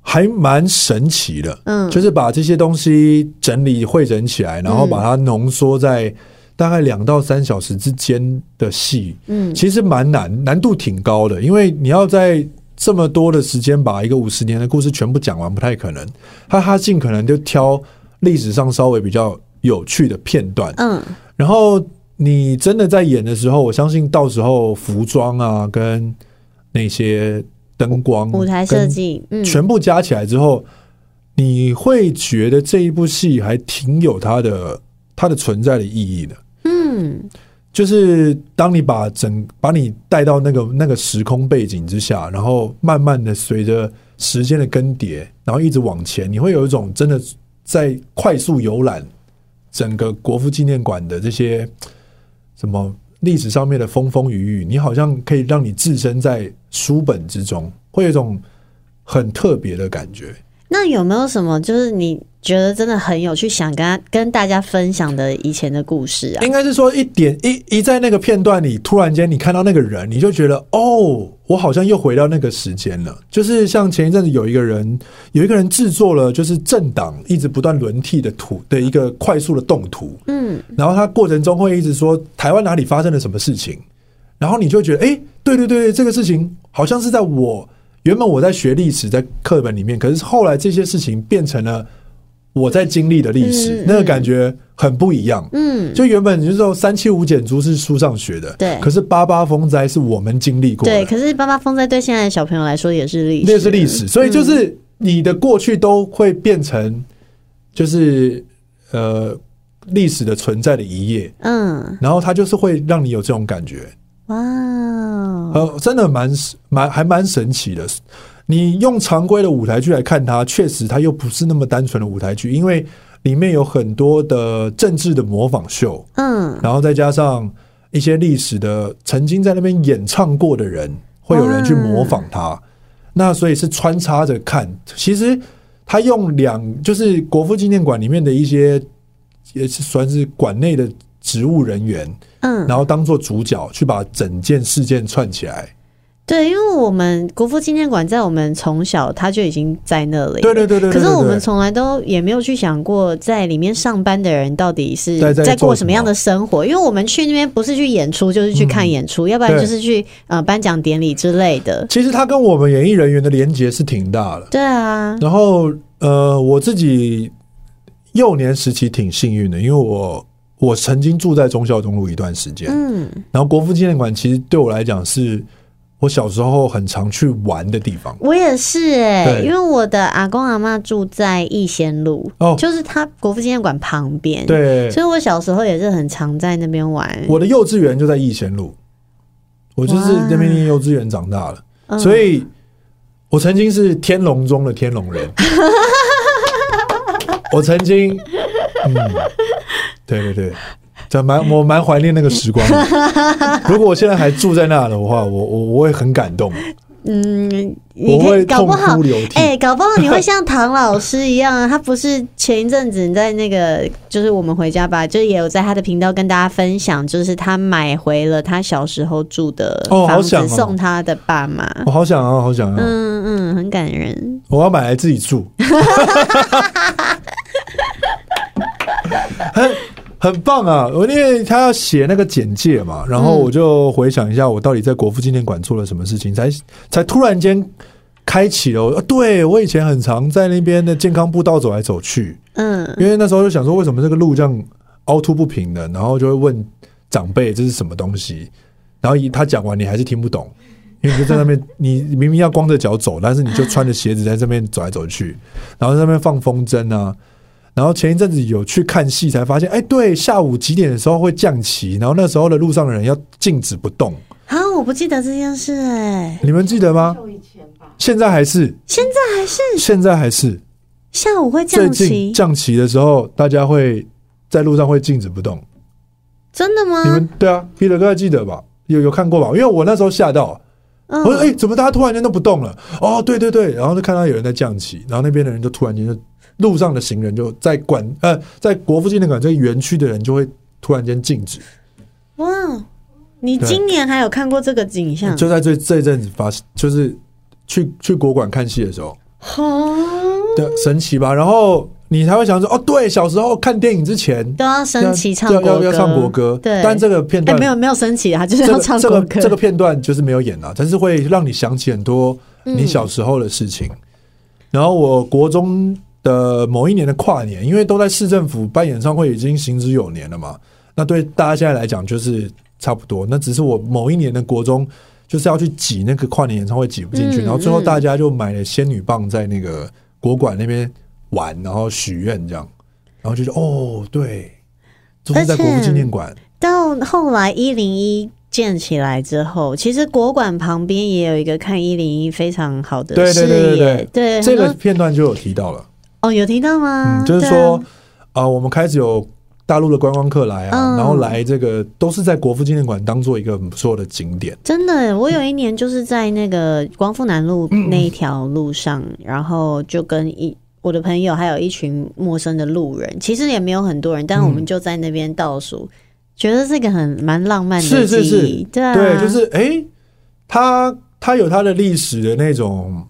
Speaker 1: 还蛮神奇的。
Speaker 2: 嗯
Speaker 1: 就是把这些东西整理汇整起来，然后把它浓缩在大概两到三小时之间的戏，
Speaker 2: 嗯
Speaker 1: 其实蛮难，难度挺高的，因为你要在这么多的时间把一个五十年的故事全部讲完，不太可能。他他尽可能就挑历史上稍微比较有趣的片段，
Speaker 2: 嗯
Speaker 1: 然后你真的在演的时候，我相信到时候服装啊跟那些灯光、
Speaker 2: 舞台设计嗯
Speaker 1: 全部加起来之后，你会觉得这一部戏还挺有它的它的存在的意义的。
Speaker 2: 嗯
Speaker 1: 就是当你把整把你带到那个那个时空背景之下，然后慢慢的随着时间的更迭，然后一直往前，你会有一种真的在快速游览整个国父纪念馆的这些什么历史上面的风风雨雨，你好像可以让你置身在书本之中，会有一种很特别的感觉。
Speaker 2: 那有没有什么就是你觉得真的很有趣，想跟他跟大家分享的以前的故事啊？
Speaker 1: 应该是说一点一一在那个片段里，突然间你看到那个人，你就觉得哦，我好像又回到那个时间了。就是像前一阵子有一个人，有一个人制作了就是政党一直不断轮替的图的一个快速的动图，
Speaker 2: 嗯
Speaker 1: 然后他过程中会一直说台湾哪里发生了什么事情，然后你就觉得哎、诶对对对，这个事情好像是在我原本我在学历史在课本里面，可是后来这些事情变成了我在经历的历史，
Speaker 2: 嗯嗯
Speaker 1: 那个感觉很不一样。
Speaker 2: 嗯，
Speaker 1: 就原本就是说三七五减租是书上学的，
Speaker 2: 对
Speaker 1: 可是八八风灾是我们经历过
Speaker 2: 对。嗯
Speaker 1: 的，
Speaker 2: 可是爸爸风灾对现在的小朋友来说也是历史，
Speaker 1: 那是历史，所以就是你的过去都会变成就是呃历史的存在的一页，
Speaker 2: 嗯，
Speaker 1: 然后它就是会让你有这种感觉，
Speaker 2: 哇哦，
Speaker 1: 呃，真的蛮蛮还蛮神奇的。你用常规的舞台剧来看它，确实它又不是那么单纯的舞台剧，因为里面有很多的政治的模仿秀，
Speaker 2: 嗯，
Speaker 1: 然后再加上一些历史的曾经在那边演唱过的人，会有人去模仿他。那所以是穿插着看。其实他用两，就是国父纪念馆里面的一些，也是算是馆内的植物人员，
Speaker 2: 嗯，
Speaker 1: 然后当做主角去把整件事件串起来。
Speaker 2: 对，因为我们国父纪念馆在我们从小它就已经在那里了，
Speaker 1: 对对对对对
Speaker 2: 可是我
Speaker 1: 对
Speaker 2: 们从来都也没有去想过，在里面上班的人到底是
Speaker 1: 在在
Speaker 2: 在过
Speaker 1: 做
Speaker 2: 什么样的生活，因为我们去那边不是去演出，就是去看演出，要不然
Speaker 1: 对
Speaker 2: 就是去呃颁奖典礼之类的。
Speaker 1: 其实他跟我们演艺人员的连结是挺大的。
Speaker 2: 对啊，
Speaker 1: 然后呃，我自己幼年时期挺幸运的，因为我我曾经住在忠孝东路一段时间。
Speaker 2: 嗯，
Speaker 1: 然后国父纪念馆其实对我来讲是我小时候很常去玩的地方。
Speaker 2: 我也是哎、
Speaker 1: 对
Speaker 2: 因为我的阿公阿妈住在逸仙路，
Speaker 1: 哦
Speaker 2: 就是他国父纪念馆旁边，，
Speaker 1: 对，
Speaker 2: 所以我小时候也是很常在那边玩。
Speaker 1: 我的幼稚园就在逸贤路，我就是那边念幼稚园长大的，
Speaker 2: 嗯
Speaker 1: 所以我曾经是天龙中的天龙人。我曾经，嗯，对对对，这蛮我蛮怀念那个时光的。如果我现在还住在那的话，我我我会很感动。
Speaker 2: 嗯，你
Speaker 1: 我
Speaker 2: 可以
Speaker 1: 会
Speaker 2: 搞
Speaker 1: 痛
Speaker 2: 不好
Speaker 1: 哭， <laughs> 流涕。
Speaker 2: 哎、搞不好你会像唐老师一样啊，他不是前一阵子你在那个就是我们回家吧，就是也有在他的频道跟大家分享，就是他买回了他小时候住的
Speaker 1: 哦好
Speaker 2: 房子、
Speaker 1: 想哦
Speaker 2: 送他的爸妈。
Speaker 1: 我好想啊，好想啊！
Speaker 2: 嗯嗯，很感人。
Speaker 1: 我要买来自己住， <laughs> 很很棒啊！我因为他要写那个简介嘛，然后
Speaker 2: 嗯
Speaker 1: 我就回想一下我到底在国父纪念馆做了什么事情，才才突然间开启了我。啊对我以前很常在那边的健康步道走来走去，
Speaker 2: 嗯
Speaker 1: 因为那时候就想说，为什么这个路这样凹凸不平的？然后就会问长辈这是什么东西，然后一他讲完你还是听不懂，因为你就在那边，你你明明要光着脚走，但是你就穿着鞋子在这边走来走去，然后在那边放风筝啊。然后前一阵子有去看戏，才发现，哎，对，下午几点的时候会降旗，然后那时候的路上的人要静止不动，
Speaker 2: 啊，我不记得这件事哎、
Speaker 1: 你们记得吗？
Speaker 3: 很久以前吧，
Speaker 1: 现在还是，
Speaker 2: 现在还是
Speaker 1: 现在还是，
Speaker 2: 下午会
Speaker 1: 最
Speaker 2: 降
Speaker 1: 近
Speaker 2: 旗，
Speaker 1: 降旗的时候，大家会在路上会静止不动。
Speaker 2: 真的
Speaker 1: 你
Speaker 2: 吗？
Speaker 1: 们对啊，Peter 哥还记得吧？有有看过吧？因为我那时候吓到，我说：“哎、
Speaker 2: 嗯，
Speaker 1: 怎么大家突然间都不动了？”哦，对对对，然后就看到有人在降旗，然后那边的人就突然间就路上的行人就在管呃，在国父纪念馆这个园区的人就会突然间静止，
Speaker 2: 哇，你
Speaker 1: 对
Speaker 2: 今年还有看过这个景象？
Speaker 1: 就在这这阵子发，就是去去国馆看戏的时候，
Speaker 2: 哦，
Speaker 1: 对，神奇吧？然后你才会想说：“哦，对，小时候看电影之前
Speaker 2: 都要升旗唱
Speaker 1: 要
Speaker 2: 国
Speaker 1: 要
Speaker 2: 歌，
Speaker 1: 要唱国歌，
Speaker 2: 对，
Speaker 1: 但这个片
Speaker 2: 哎、
Speaker 1: 段
Speaker 2: 没有没有升旗啊，就是
Speaker 1: 这
Speaker 2: 要
Speaker 1: 个
Speaker 2: 唱
Speaker 1: 这
Speaker 2: 国
Speaker 1: 个
Speaker 2: 歌。
Speaker 1: 这个片段就是没有演啊，但是会让你想起很多
Speaker 2: 嗯
Speaker 1: 你小时候的事情。然后我国中的某一年的跨年，因为都在市政府办演唱会已经行之有年了嘛，那对大家现在来讲就是差不多。那只是我某一年的国中就是要去挤那个跨年演唱会挤不进去，
Speaker 2: 嗯
Speaker 1: 然后最后
Speaker 2: 嗯
Speaker 1: 大家就买了仙女棒在那个国馆那边玩，然后许愿这样，然后就说哦对。就是在
Speaker 2: 而且
Speaker 1: 国父纪念馆，
Speaker 2: 嗯到后来一零一建起来之后，其实国馆旁边也有一个看一零一非常好的
Speaker 1: 对
Speaker 2: 视
Speaker 1: 对对
Speaker 2: 野，
Speaker 1: 对
Speaker 2: 对
Speaker 1: 这个
Speaker 2: 哎很多
Speaker 1: 片段就有提到了。
Speaker 2: 哦有听到吗？
Speaker 1: 嗯，就是
Speaker 2: 对
Speaker 1: 说
Speaker 2: 啊，
Speaker 1: 啊、我们开始有大陆的观光客来啊，
Speaker 2: 嗯
Speaker 1: 然后来这个都是在国父纪念馆当做一个很不错的景点。
Speaker 2: 真的，我有一年就是在那个光复南路那一条路上，然后就跟一我的朋友还有一群陌生的路人，其实也没有很多人，
Speaker 1: 嗯
Speaker 2: 但我们就在那边倒数，觉得这个很蛮浪漫的记忆，
Speaker 1: 是是是
Speaker 2: 对啊，
Speaker 1: 对，就是诶，它它有它的历史的那种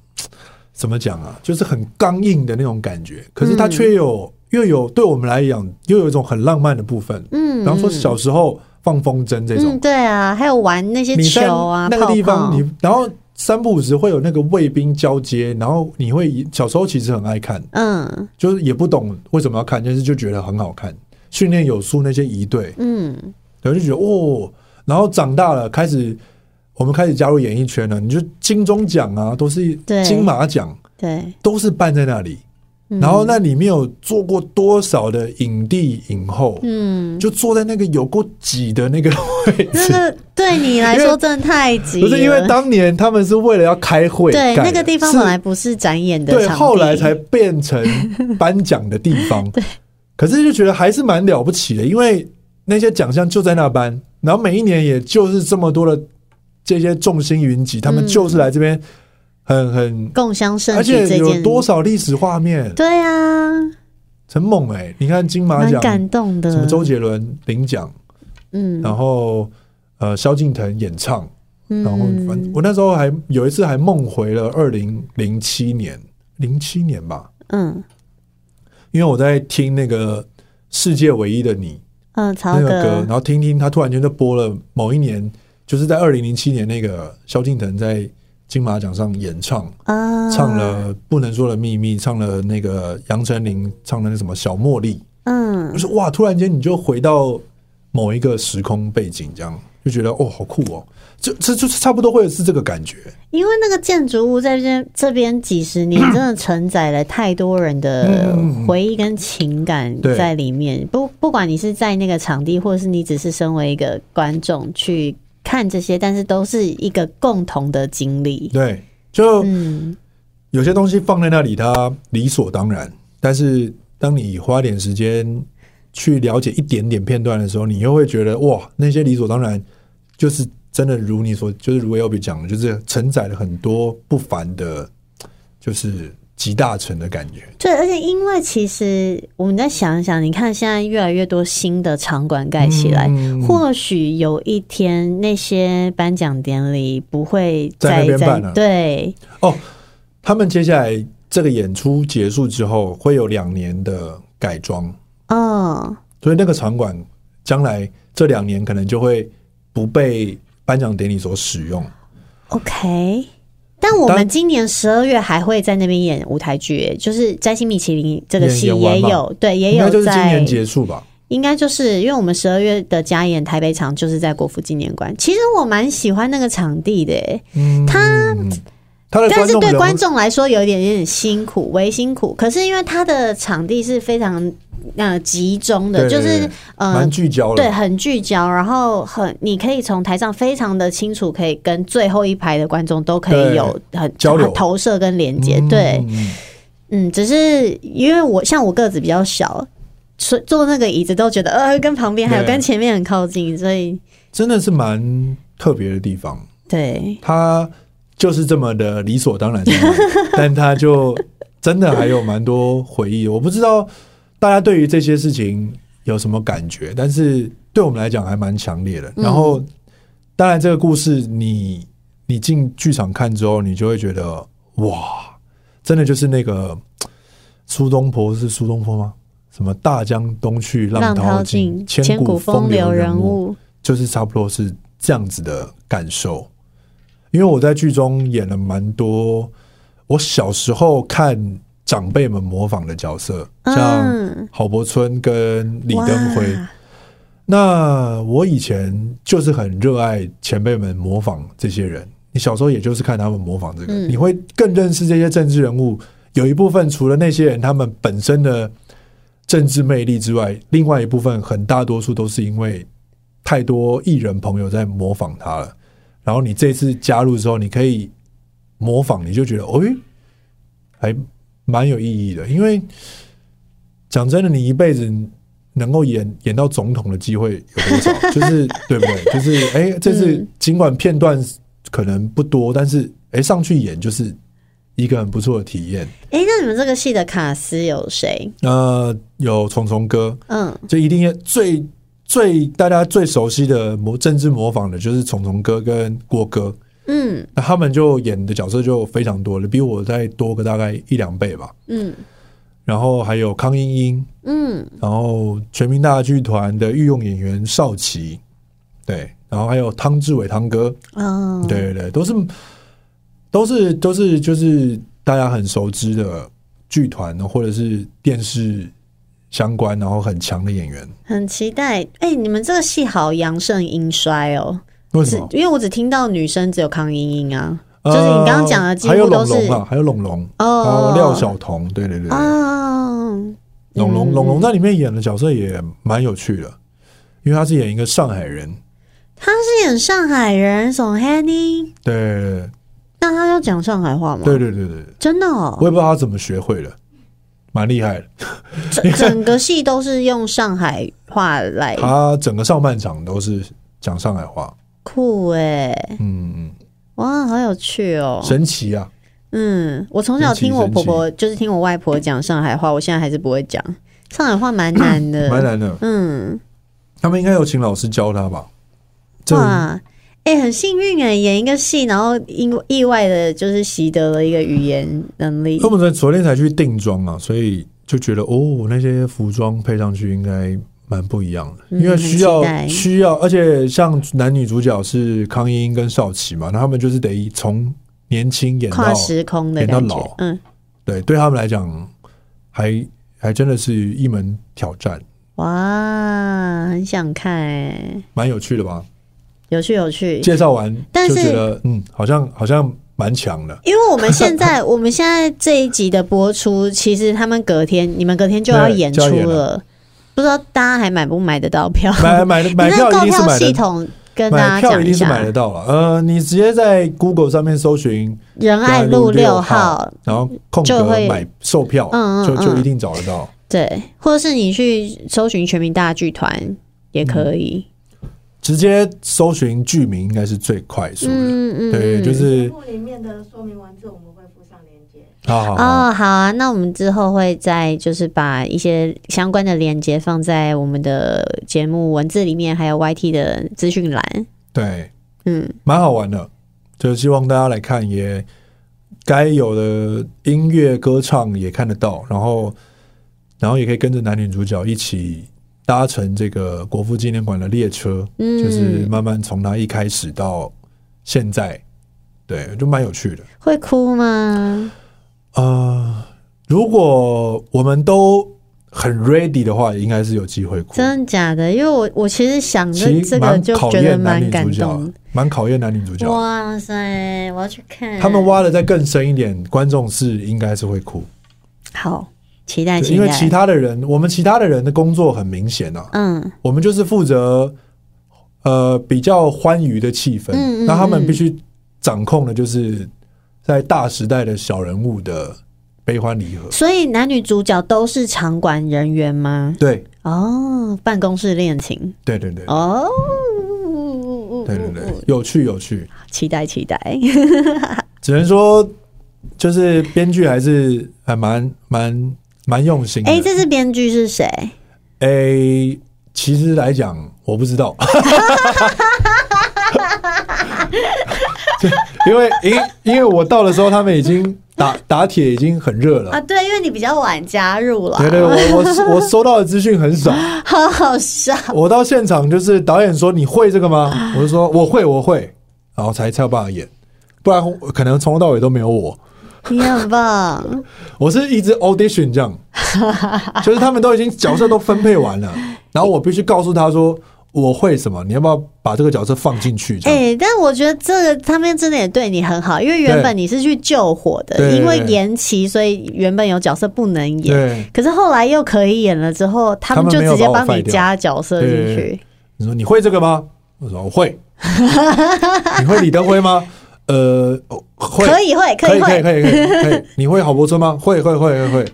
Speaker 1: 怎么讲啊，就是很刚硬的那种感觉，可是它
Speaker 2: 嗯
Speaker 1: 却有、又有对我们来讲又有一种很浪漫的部分。
Speaker 2: 嗯，
Speaker 1: 比方说
Speaker 2: 嗯
Speaker 1: 小时候放风筝这种，
Speaker 2: 嗯，对啊，还有玩那些
Speaker 1: 你在
Speaker 2: 球啊，
Speaker 1: 那个地
Speaker 2: 泡
Speaker 1: 方
Speaker 2: 泡
Speaker 1: 你，然后三不五时会有那个卫兵交接，然后你会小时候其实很爱看。
Speaker 2: 嗯
Speaker 1: 就是也不懂为什么要看，但是就觉得很好看。训练有素那些仪队，
Speaker 2: 嗯，
Speaker 1: 然后就觉得哦，然后长大了开始，我们开始加入演艺圈了。你就金钟奖啊，都是
Speaker 2: 对
Speaker 1: 金马奖
Speaker 2: 对。
Speaker 1: 都是办在那里，
Speaker 2: 嗯
Speaker 1: 然后那里面有做过多少的影帝影后， <laughs>
Speaker 2: 嗯，
Speaker 1: 就坐在那个有够挤的那个位
Speaker 2: 那
Speaker 1: 置。
Speaker 2: 个对你来说真的太急
Speaker 1: 不
Speaker 2: 了，
Speaker 1: 是因为当年他们是为了要开会盖
Speaker 2: 对
Speaker 1: 的，
Speaker 2: 那个地方
Speaker 1: 是
Speaker 2: 本来不是展演的
Speaker 1: 对，
Speaker 2: 场地
Speaker 1: 后来才变成颁奖的地方。
Speaker 2: <laughs>
Speaker 1: 对，可是就觉得还是蛮了不起的，因为那些奖项就在那颁，然后每一年也就是这么多的这些众星云集，他们
Speaker 2: 嗯
Speaker 1: 就是来这边很很，
Speaker 2: 共襄盛
Speaker 1: 而
Speaker 2: 举
Speaker 1: 且
Speaker 2: 这
Speaker 1: 有
Speaker 2: 件，
Speaker 1: 多少历史画面，
Speaker 2: 对啊，
Speaker 1: 很猛哎、你看金马
Speaker 2: 蛮
Speaker 1: 奖，
Speaker 2: 感动的。
Speaker 1: 什么周杰伦领奖，
Speaker 2: 嗯，
Speaker 1: 然后呃萧敬腾演唱，
Speaker 2: 然
Speaker 1: 然后
Speaker 2: 嗯
Speaker 1: 反我那时候还有一次还梦回了二零零七年，零七年吧，
Speaker 2: 嗯
Speaker 1: 因为我在听那个《世界唯一的你》
Speaker 2: 嗯，曹
Speaker 1: 那个歌，
Speaker 2: 格
Speaker 1: 然，后听听，他突然间就播了某一年，就是在二零零七年那个萧敬腾在金马奖上演唱，
Speaker 2: 啊，
Speaker 1: 唱了《不能说的秘密》，唱了那个杨丞琳唱的那什么《小茉莉》，
Speaker 2: 嗯
Speaker 1: 我，说哇，突然间你就回到某一个时空背景，这样就觉得哦，好酷哦，这这就是差不多会是这个感觉，
Speaker 2: 因为那个建筑物在这边这边几十年，真的承载了太多人的
Speaker 1: 嗯
Speaker 2: 回忆跟情感
Speaker 1: 对
Speaker 2: 在里面。不不管你是在那个场地，或者是你只是身为一个观众去看这些，但是都是一个共同的经历。
Speaker 1: 对，就。
Speaker 2: 嗯，
Speaker 1: 有些东西放在那里，它理所当然。但是当你花点时间去了解一点点片段的时候，你又会觉得哇，那些理所当然就是真的如你所，就是如 L B 讲的，就是承载了很多不凡的，就是集大成的感觉。
Speaker 2: 对，而且因为其实我们再想一想，你看现在越来越多新的场馆盖起来，
Speaker 1: 嗯
Speaker 2: 或许有一天那些颁奖典礼不会
Speaker 1: 在那
Speaker 2: 再
Speaker 1: 边办了
Speaker 2: 对，
Speaker 1: 哦，他们接下来这个演出结束之后，会有两年的改装，
Speaker 2: 嗯，
Speaker 1: 所以那个场馆将来这两年可能就会不被颁奖典礼所使用。
Speaker 2: OK，但我们
Speaker 1: 当
Speaker 2: 今年十二月还会在那边演舞台剧耶，就是《摘星米其林》这个
Speaker 1: 演
Speaker 2: 戏
Speaker 1: 演完
Speaker 2: 也
Speaker 1: 嘛
Speaker 2: 有，对，也
Speaker 1: 应该就
Speaker 2: 有
Speaker 1: 是今
Speaker 2: 在
Speaker 1: 年，结束吧？
Speaker 2: 应该就是因为我们十二月的加演台北场就是在国父纪念馆，其实我蛮喜欢那个场地的耶，
Speaker 1: 嗯，他他的
Speaker 2: 但
Speaker 1: 观
Speaker 2: 是
Speaker 1: 众
Speaker 2: 对
Speaker 1: 人
Speaker 2: 观
Speaker 1: 物
Speaker 2: 众来说有一点有点辛苦，微辛苦。可是因为它的场地是非常呃集中的，
Speaker 1: 对对
Speaker 2: 就是
Speaker 1: 对
Speaker 2: 呃
Speaker 1: 蛮聚焦
Speaker 2: 对，
Speaker 1: 的，
Speaker 2: 很聚焦，然后很，你可以从台上非常的清楚，可以跟最后一排的观众都可以
Speaker 1: 对
Speaker 2: 有很
Speaker 1: 交流
Speaker 2: 很投射跟连接。
Speaker 1: 嗯
Speaker 2: 对，，
Speaker 1: 嗯
Speaker 2: 嗯，只是因为我像我个子比较小，所以坐那个椅子都觉得呃，跟旁边还有
Speaker 1: 对
Speaker 2: 跟前面很靠近，所以
Speaker 1: 真的是蛮特别的地方。
Speaker 2: 对
Speaker 1: 他就是这么的理所当然的， <laughs> 但他就真的还有蛮多回忆。我不知道大家对于这些事情有什么感觉，但是对我们来讲还蛮强烈
Speaker 2: 嗯
Speaker 1: 的。然后，当然这个故事你你进剧场看之后，你就会觉得哇，真的就是那个苏东坡是苏东坡吗？什么大江东去浪淘
Speaker 2: 淘
Speaker 1: 尽，
Speaker 2: 千古风流人
Speaker 1: 物。
Speaker 2: 物，
Speaker 1: 就是差不多是这样子的感受。因为我在剧中演了蛮多我小时候看长辈们模仿的角色，像
Speaker 2: 嗯，
Speaker 1: 郝柏村跟李登辉。
Speaker 2: 哇
Speaker 1: 那我以前就是很热爱前辈们模仿这些人，你小时候也就是看他们模仿这个，
Speaker 2: 嗯
Speaker 1: 你会更认识这些政治人物。有一部分除了那些人他们本身的政治魅力之外，另外一部分很大多数都是因为太多艺人朋友在模仿他了。然后你这次加入之后，你可以模仿，你就觉得，哦，诶还蛮有意义的。因为讲真的，你一辈子能够演演到总统的机会有多少？就是对不对？就是哎、这次
Speaker 2: 嗯
Speaker 1: 尽管片段可能不多，但是哎、上去演就是一个很不错的体验。
Speaker 2: 哎，那你们这个戏的卡司有谁？
Speaker 1: 那、有虫虫哥，
Speaker 2: 嗯，
Speaker 1: 就一定要最最大家最熟悉的模政治模仿的就是虫虫哥跟郭哥，
Speaker 2: 嗯
Speaker 1: 那他们就演的角色就非常多了，比我再多个大概一两倍吧。
Speaker 2: 嗯
Speaker 1: 然后还有康英英，
Speaker 2: 嗯，
Speaker 1: 然后全民大剧团的御用演员邵琦，对，然后还有汤志伟汤哥，
Speaker 2: 哦，
Speaker 1: 对对对，都是都是都是就是大家很熟知的剧团或者是电视相关，然后很强的演员。
Speaker 2: 很期待。哎、你们这个戏好阳盛阴衰哦，
Speaker 1: 为
Speaker 2: 只
Speaker 1: 什么？
Speaker 2: 因为我只听到女生只有康莹莹啊，就是你刚刚讲的几乎都是
Speaker 1: 还有龙龙啊，还有龙龙，还
Speaker 2: 哦
Speaker 1: 有，廖晓彤，对对对，
Speaker 2: 哦，
Speaker 1: 龙龙龙龙
Speaker 2: 嗯
Speaker 1: 在里面演的角色也蛮有趣的，因为他是演一个上海人，
Speaker 2: 他是演上海人，怂 Henny，
Speaker 1: 对
Speaker 2: 那他要讲上海话吗？
Speaker 1: 对对对对对，
Speaker 2: 真的哦
Speaker 1: 我，也不知道他怎么学会的，蛮厉害的。
Speaker 2: 整整个戏都是用上海话来，
Speaker 1: 他整个上半场都是讲上海话，
Speaker 2: 酷哎、
Speaker 1: 嗯嗯，
Speaker 2: 哇，好有趣哦。
Speaker 1: 神奇啊！
Speaker 2: 嗯，我从小
Speaker 1: 神奇
Speaker 2: 听我
Speaker 1: 神
Speaker 2: 婆婆，就是听我外婆讲上海话，我现在还是不会讲上海话，蛮难的，
Speaker 1: 蛮难的。
Speaker 2: 嗯。
Speaker 1: 他们应该有请老师教他吧？这
Speaker 2: 哇，哎、很幸运哎，演一个戏，然后因意外的就是习得了一个语言能力
Speaker 1: 那。我们昨天才去定妆啊，所以就觉得哦，那些服装配上去应该蛮不一样的，
Speaker 2: 嗯
Speaker 1: 因为需要
Speaker 2: 很期待
Speaker 1: 需要，而且像男女主角是康英英跟少奇嘛，那他们就是得从年轻演
Speaker 2: 跨
Speaker 1: 到
Speaker 2: 时空的
Speaker 1: 演到
Speaker 2: 感觉
Speaker 1: 老，
Speaker 2: 嗯，
Speaker 1: 对，对他们来讲还还真的是一门挑战，
Speaker 2: 哇，很想看哎，
Speaker 1: 蛮有趣的吧？
Speaker 2: 有趣有趣。
Speaker 1: 介绍完
Speaker 2: 但
Speaker 1: 就是觉得嗯，好像好像蛮强
Speaker 2: <laughs>
Speaker 1: 的，
Speaker 2: 因为我们现在 <laughs> 我们现在这一集的播出，其实他们隔天你们隔天就要
Speaker 1: 对
Speaker 2: 演出
Speaker 1: 就要演
Speaker 2: 了，不知道大家还买不买得到票？
Speaker 1: 买买
Speaker 2: 你
Speaker 1: 买
Speaker 2: 那
Speaker 1: 票
Speaker 2: 个购
Speaker 1: 一定是
Speaker 2: 票
Speaker 1: 买
Speaker 2: 系
Speaker 1: 的。
Speaker 2: 统跟大
Speaker 1: 买
Speaker 2: 家
Speaker 1: 票
Speaker 2: 讲
Speaker 1: 一
Speaker 2: 一
Speaker 1: 定是买
Speaker 2: 下
Speaker 1: 得，到了，呃，你直接在 Google 上面搜寻
Speaker 2: 仁爱
Speaker 1: 啊
Speaker 2: 路六
Speaker 1: 六
Speaker 2: 号，，
Speaker 1: 然后空
Speaker 2: 就
Speaker 1: 格
Speaker 2: 会
Speaker 1: 买售票，
Speaker 2: 嗯嗯
Speaker 1: 就就
Speaker 2: 嗯
Speaker 1: 一定找得到。
Speaker 2: 对，或者是你去搜寻全民大剧团也可以。
Speaker 1: 直接搜寻剧名应该是最快速的。
Speaker 2: 嗯嗯，
Speaker 1: 对，就
Speaker 2: 嗯
Speaker 3: 节
Speaker 1: 是
Speaker 3: 目里面的说明文字我们会附上链接。
Speaker 1: 好好好，
Speaker 2: 哦，好啊，那我们之后会再就是把一些相关的链接放在我们的节目文字里面，还有 YT 的资讯栏。
Speaker 1: 对，
Speaker 2: 嗯，
Speaker 1: 蛮好玩的，就是希望大家来看，也该有的音乐歌唱也看得到，然后，然后也可以跟着男女主角一起搭乘这个国父纪念馆的列车，
Speaker 2: 嗯
Speaker 1: 就是慢慢从它一开始到现在，对，就蛮有趣的。
Speaker 2: 会哭吗？
Speaker 1: 嗯呃，如果我们都很 ready 的话，应该是有机会哭。
Speaker 2: 真的假的？因为我我其实想着
Speaker 1: 其实
Speaker 2: 这个
Speaker 1: 蛮
Speaker 2: 就
Speaker 1: 考
Speaker 2: 觉得
Speaker 1: 验男
Speaker 2: 蛮
Speaker 1: 女
Speaker 2: 感
Speaker 1: 主角
Speaker 2: 动
Speaker 1: 的
Speaker 2: 的。，
Speaker 1: 蛮考验男女主角的。
Speaker 2: 哇塞，我要去看。
Speaker 1: 他们挖的再更深一点，观众是应该是会哭，
Speaker 2: 好，期待
Speaker 1: 对
Speaker 2: 期待。
Speaker 1: 因为其他的人，我们其他的人的工作很明显啊，
Speaker 2: 嗯
Speaker 1: 我们就是负责呃比较欢愉的气氛，
Speaker 2: 嗯嗯
Speaker 1: 那他们
Speaker 2: 嗯
Speaker 1: 必须掌控的就是在大时代的小人物的悲欢离合，
Speaker 2: 所以男女主角都是场馆人员吗？
Speaker 1: 对
Speaker 2: 哦，办公室恋情
Speaker 1: 对对对。
Speaker 2: 哦，
Speaker 1: 对对对，有趣有趣，
Speaker 2: 期待期待。
Speaker 1: 只能说就是编剧还是还蛮蛮蛮用心的。
Speaker 2: 哎、这次编剧是谁？
Speaker 1: 诶、其实来讲，我不知道， <laughs> 因为因因为我到的时候，他们已经打打铁已经很热了。
Speaker 2: 啊，对，因为你比较晚加入了，
Speaker 1: 对对，我我我收到的资讯很少。
Speaker 2: 好好
Speaker 1: <laughs>
Speaker 2: 笑。
Speaker 1: 我到现场就是导演说你会这个吗？我就说我会我会，然后才才有办法演，不然可能从头到尾都没有我。
Speaker 2: 你很棒，
Speaker 1: 我是一直 audition
Speaker 2: <laughs>
Speaker 1: 这样，就是他们都已经角色都分配完了，然后我必须告诉他说我会什么，你要不要把这个角色放进去？这
Speaker 2: 哎、
Speaker 1: 样、
Speaker 2: 但我觉得这个他们真的也对你很好，因为原本你是去救火的，
Speaker 1: 对
Speaker 2: 因为延期，所以原本有角色不能演，
Speaker 1: 对，
Speaker 2: 可是后来又可以演了之后，他们
Speaker 1: 他们
Speaker 2: 就
Speaker 1: 没有
Speaker 2: 直接
Speaker 1: 把我
Speaker 2: 帮你
Speaker 1: 废掉
Speaker 2: 加角色进
Speaker 1: 对对
Speaker 2: 去
Speaker 1: 对。你说你会这个吗？我说我
Speaker 2: <laughs>
Speaker 1: 会。你会李登辉吗？呃，会，
Speaker 2: 可以会
Speaker 1: 可
Speaker 2: 以
Speaker 1: 可以
Speaker 2: 会，
Speaker 1: 可以可以可以。你会郝柏村吗？会会会会会。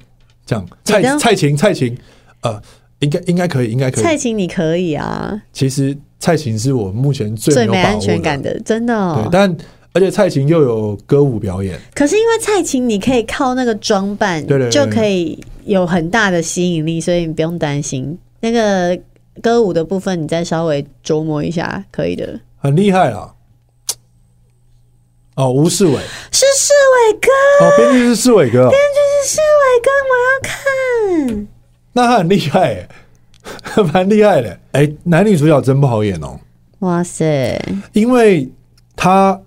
Speaker 1: 这样，蔡
Speaker 2: 李登
Speaker 1: 蔡琴蔡琴，呃，应该应该可以，应该可
Speaker 2: 蔡
Speaker 1: 以。
Speaker 2: 琴你可以啊，
Speaker 1: 其实蔡琴是我目前最
Speaker 2: 最
Speaker 1: 没有
Speaker 2: 没
Speaker 1: 把
Speaker 2: 安
Speaker 1: 握
Speaker 2: 全感
Speaker 1: 的，
Speaker 2: 的，真的、
Speaker 1: 对
Speaker 2: 哦。。
Speaker 1: 但而且蔡琴又有歌舞表演。
Speaker 2: 可是因为蔡琴，你可以靠那个装扮，
Speaker 1: 对对对
Speaker 2: 就可以有很大的吸引力，所以你不用担心那个歌舞的部分，你再稍微琢磨一下，可以的。
Speaker 1: 很厉害啦。哦，吴世伟，哦，
Speaker 2: 是世伟哥，
Speaker 1: 编剧是世伟哥哦，
Speaker 2: 是世伟哥，我要看。
Speaker 1: 那他很厉害耶， <laughs> 蛮厉害的。哎、男女主角真不好演哦，
Speaker 2: 哇塞，
Speaker 1: 因为他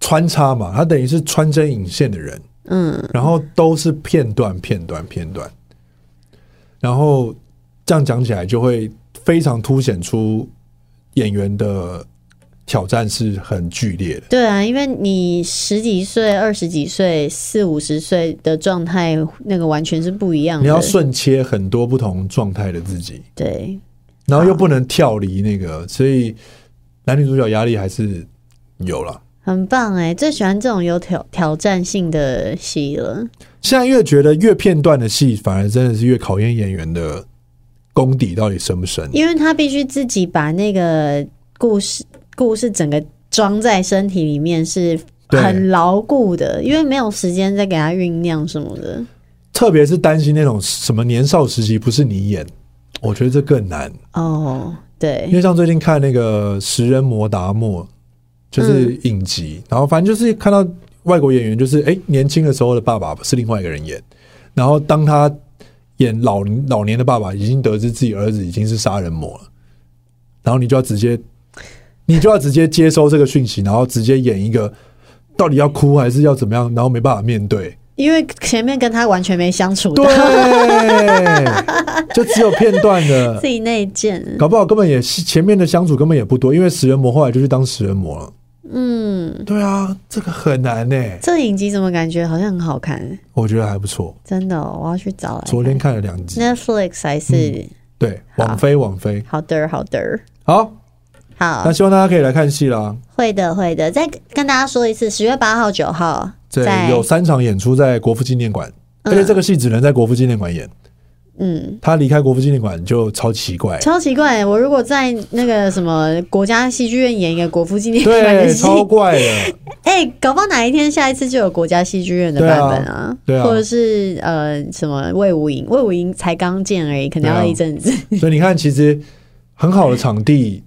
Speaker 1: 穿插嘛，他等于是穿针引线的人，
Speaker 2: 嗯，
Speaker 1: 然后都是片段、片段、片段，然后这样讲起来就会非常凸显出演员的挑战是很剧烈的。
Speaker 2: 对啊，因为你十几岁、二十几岁、四五十岁的状态，那个完全是不一样的。
Speaker 1: 你要瞬切很多不同状态的自己，
Speaker 2: 对，
Speaker 1: 然后又不能跳离那个，所以男女主角压力还是有了。
Speaker 2: 很棒哎、最喜欢这种有挑挑战性的戏了。
Speaker 1: 现在越觉得越片段的戏，反而真的是越考验演员的功底到底深不深。
Speaker 2: 因为他必须自己把那个故事故事整个装在身体里面，是
Speaker 1: 对
Speaker 2: 很牢固的，因为没有时间再给他酝酿什么的。
Speaker 1: 特别是担心那种什么年少时期不是你演，我觉得这更难。
Speaker 2: 哦，
Speaker 1: 因
Speaker 2: 对，
Speaker 1: 为像最近看那个《食人魔达摩》，就是影集，然后反正就是看到外国演员，就是哎、诶年轻的时候的爸爸是另外一个人演，然后当他演老老年的爸爸，已经得知自己儿子已经是杀人魔了，然后你就要直接，你就要直接接收这个讯息，然后直接演一个到底要哭还是要怎么样，然后没办法面对，
Speaker 2: 因为前面跟他完全没相处 <laughs>
Speaker 1: 对
Speaker 2: 到，，
Speaker 1: 就只有片段的，
Speaker 2: 自己内建，
Speaker 1: 搞不好根本也是前面的相处根本也不多，因为食人魔后来就去当食人魔了。
Speaker 2: 嗯，
Speaker 1: 对啊，这个很难呢、
Speaker 2: 这影集怎么感觉好像很好看？
Speaker 1: 我觉得还不错。
Speaker 2: 真的哦、我要去找来看。
Speaker 1: 昨天嗯看了两集，
Speaker 2: Netflix 还是、
Speaker 1: 对，
Speaker 2: 好
Speaker 1: 网飞网飞。
Speaker 2: 好的好的，
Speaker 1: 好，
Speaker 2: 好
Speaker 1: 那，希望大家可以来看戏啦。
Speaker 2: 会的会的。再跟大家说一次，十月八号、九号
Speaker 1: 这
Speaker 2: 在
Speaker 1: 有三场演出在国父纪念馆，而且这个戏只能在国父纪念馆演，
Speaker 2: 嗯，
Speaker 1: 他离开国父纪念馆就超奇
Speaker 2: <laughs>
Speaker 1: 怪，
Speaker 2: 超奇怪。我如果在那个什么国家戏剧院演一个国父纪念馆的
Speaker 1: 对，
Speaker 2: 戏，
Speaker 1: 超怪的。
Speaker 2: <laughs> 哎、搞不好哪一天下一次就有国家戏剧院的版本啊，
Speaker 1: 对啊对啊
Speaker 2: 或者是呃什么魏无营，魏无营才刚建而已，可能
Speaker 1: 对啊
Speaker 2: 要一阵子。
Speaker 1: 所以你看，其实很好的场地，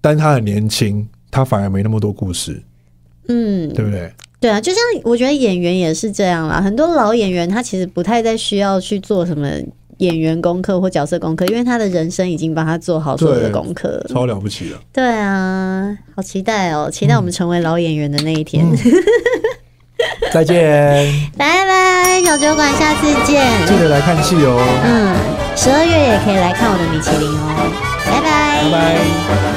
Speaker 1: 但他很年轻，他反而没那么多故事，
Speaker 2: <laughs> 嗯，
Speaker 1: 对不对？
Speaker 2: 对啊，就像我觉得演员也是这样啦，很多老演员他其实不太再需要去做什么演员功课或角色功课，因为他的人生已经帮他做好所有的
Speaker 1: 对
Speaker 2: 功课了。
Speaker 1: 超了不起的。
Speaker 2: 对啊，好期待哦，期
Speaker 1: 嗯
Speaker 2: 待我们成为老演员的那
Speaker 1: <laughs>
Speaker 2: 一天。
Speaker 1: 再见，
Speaker 2: 拜拜，小酒馆，下次见。
Speaker 1: 记得来看戏哦，
Speaker 2: 嗯，十二月也可以来看我的米其林哦。拜拜
Speaker 1: 拜拜。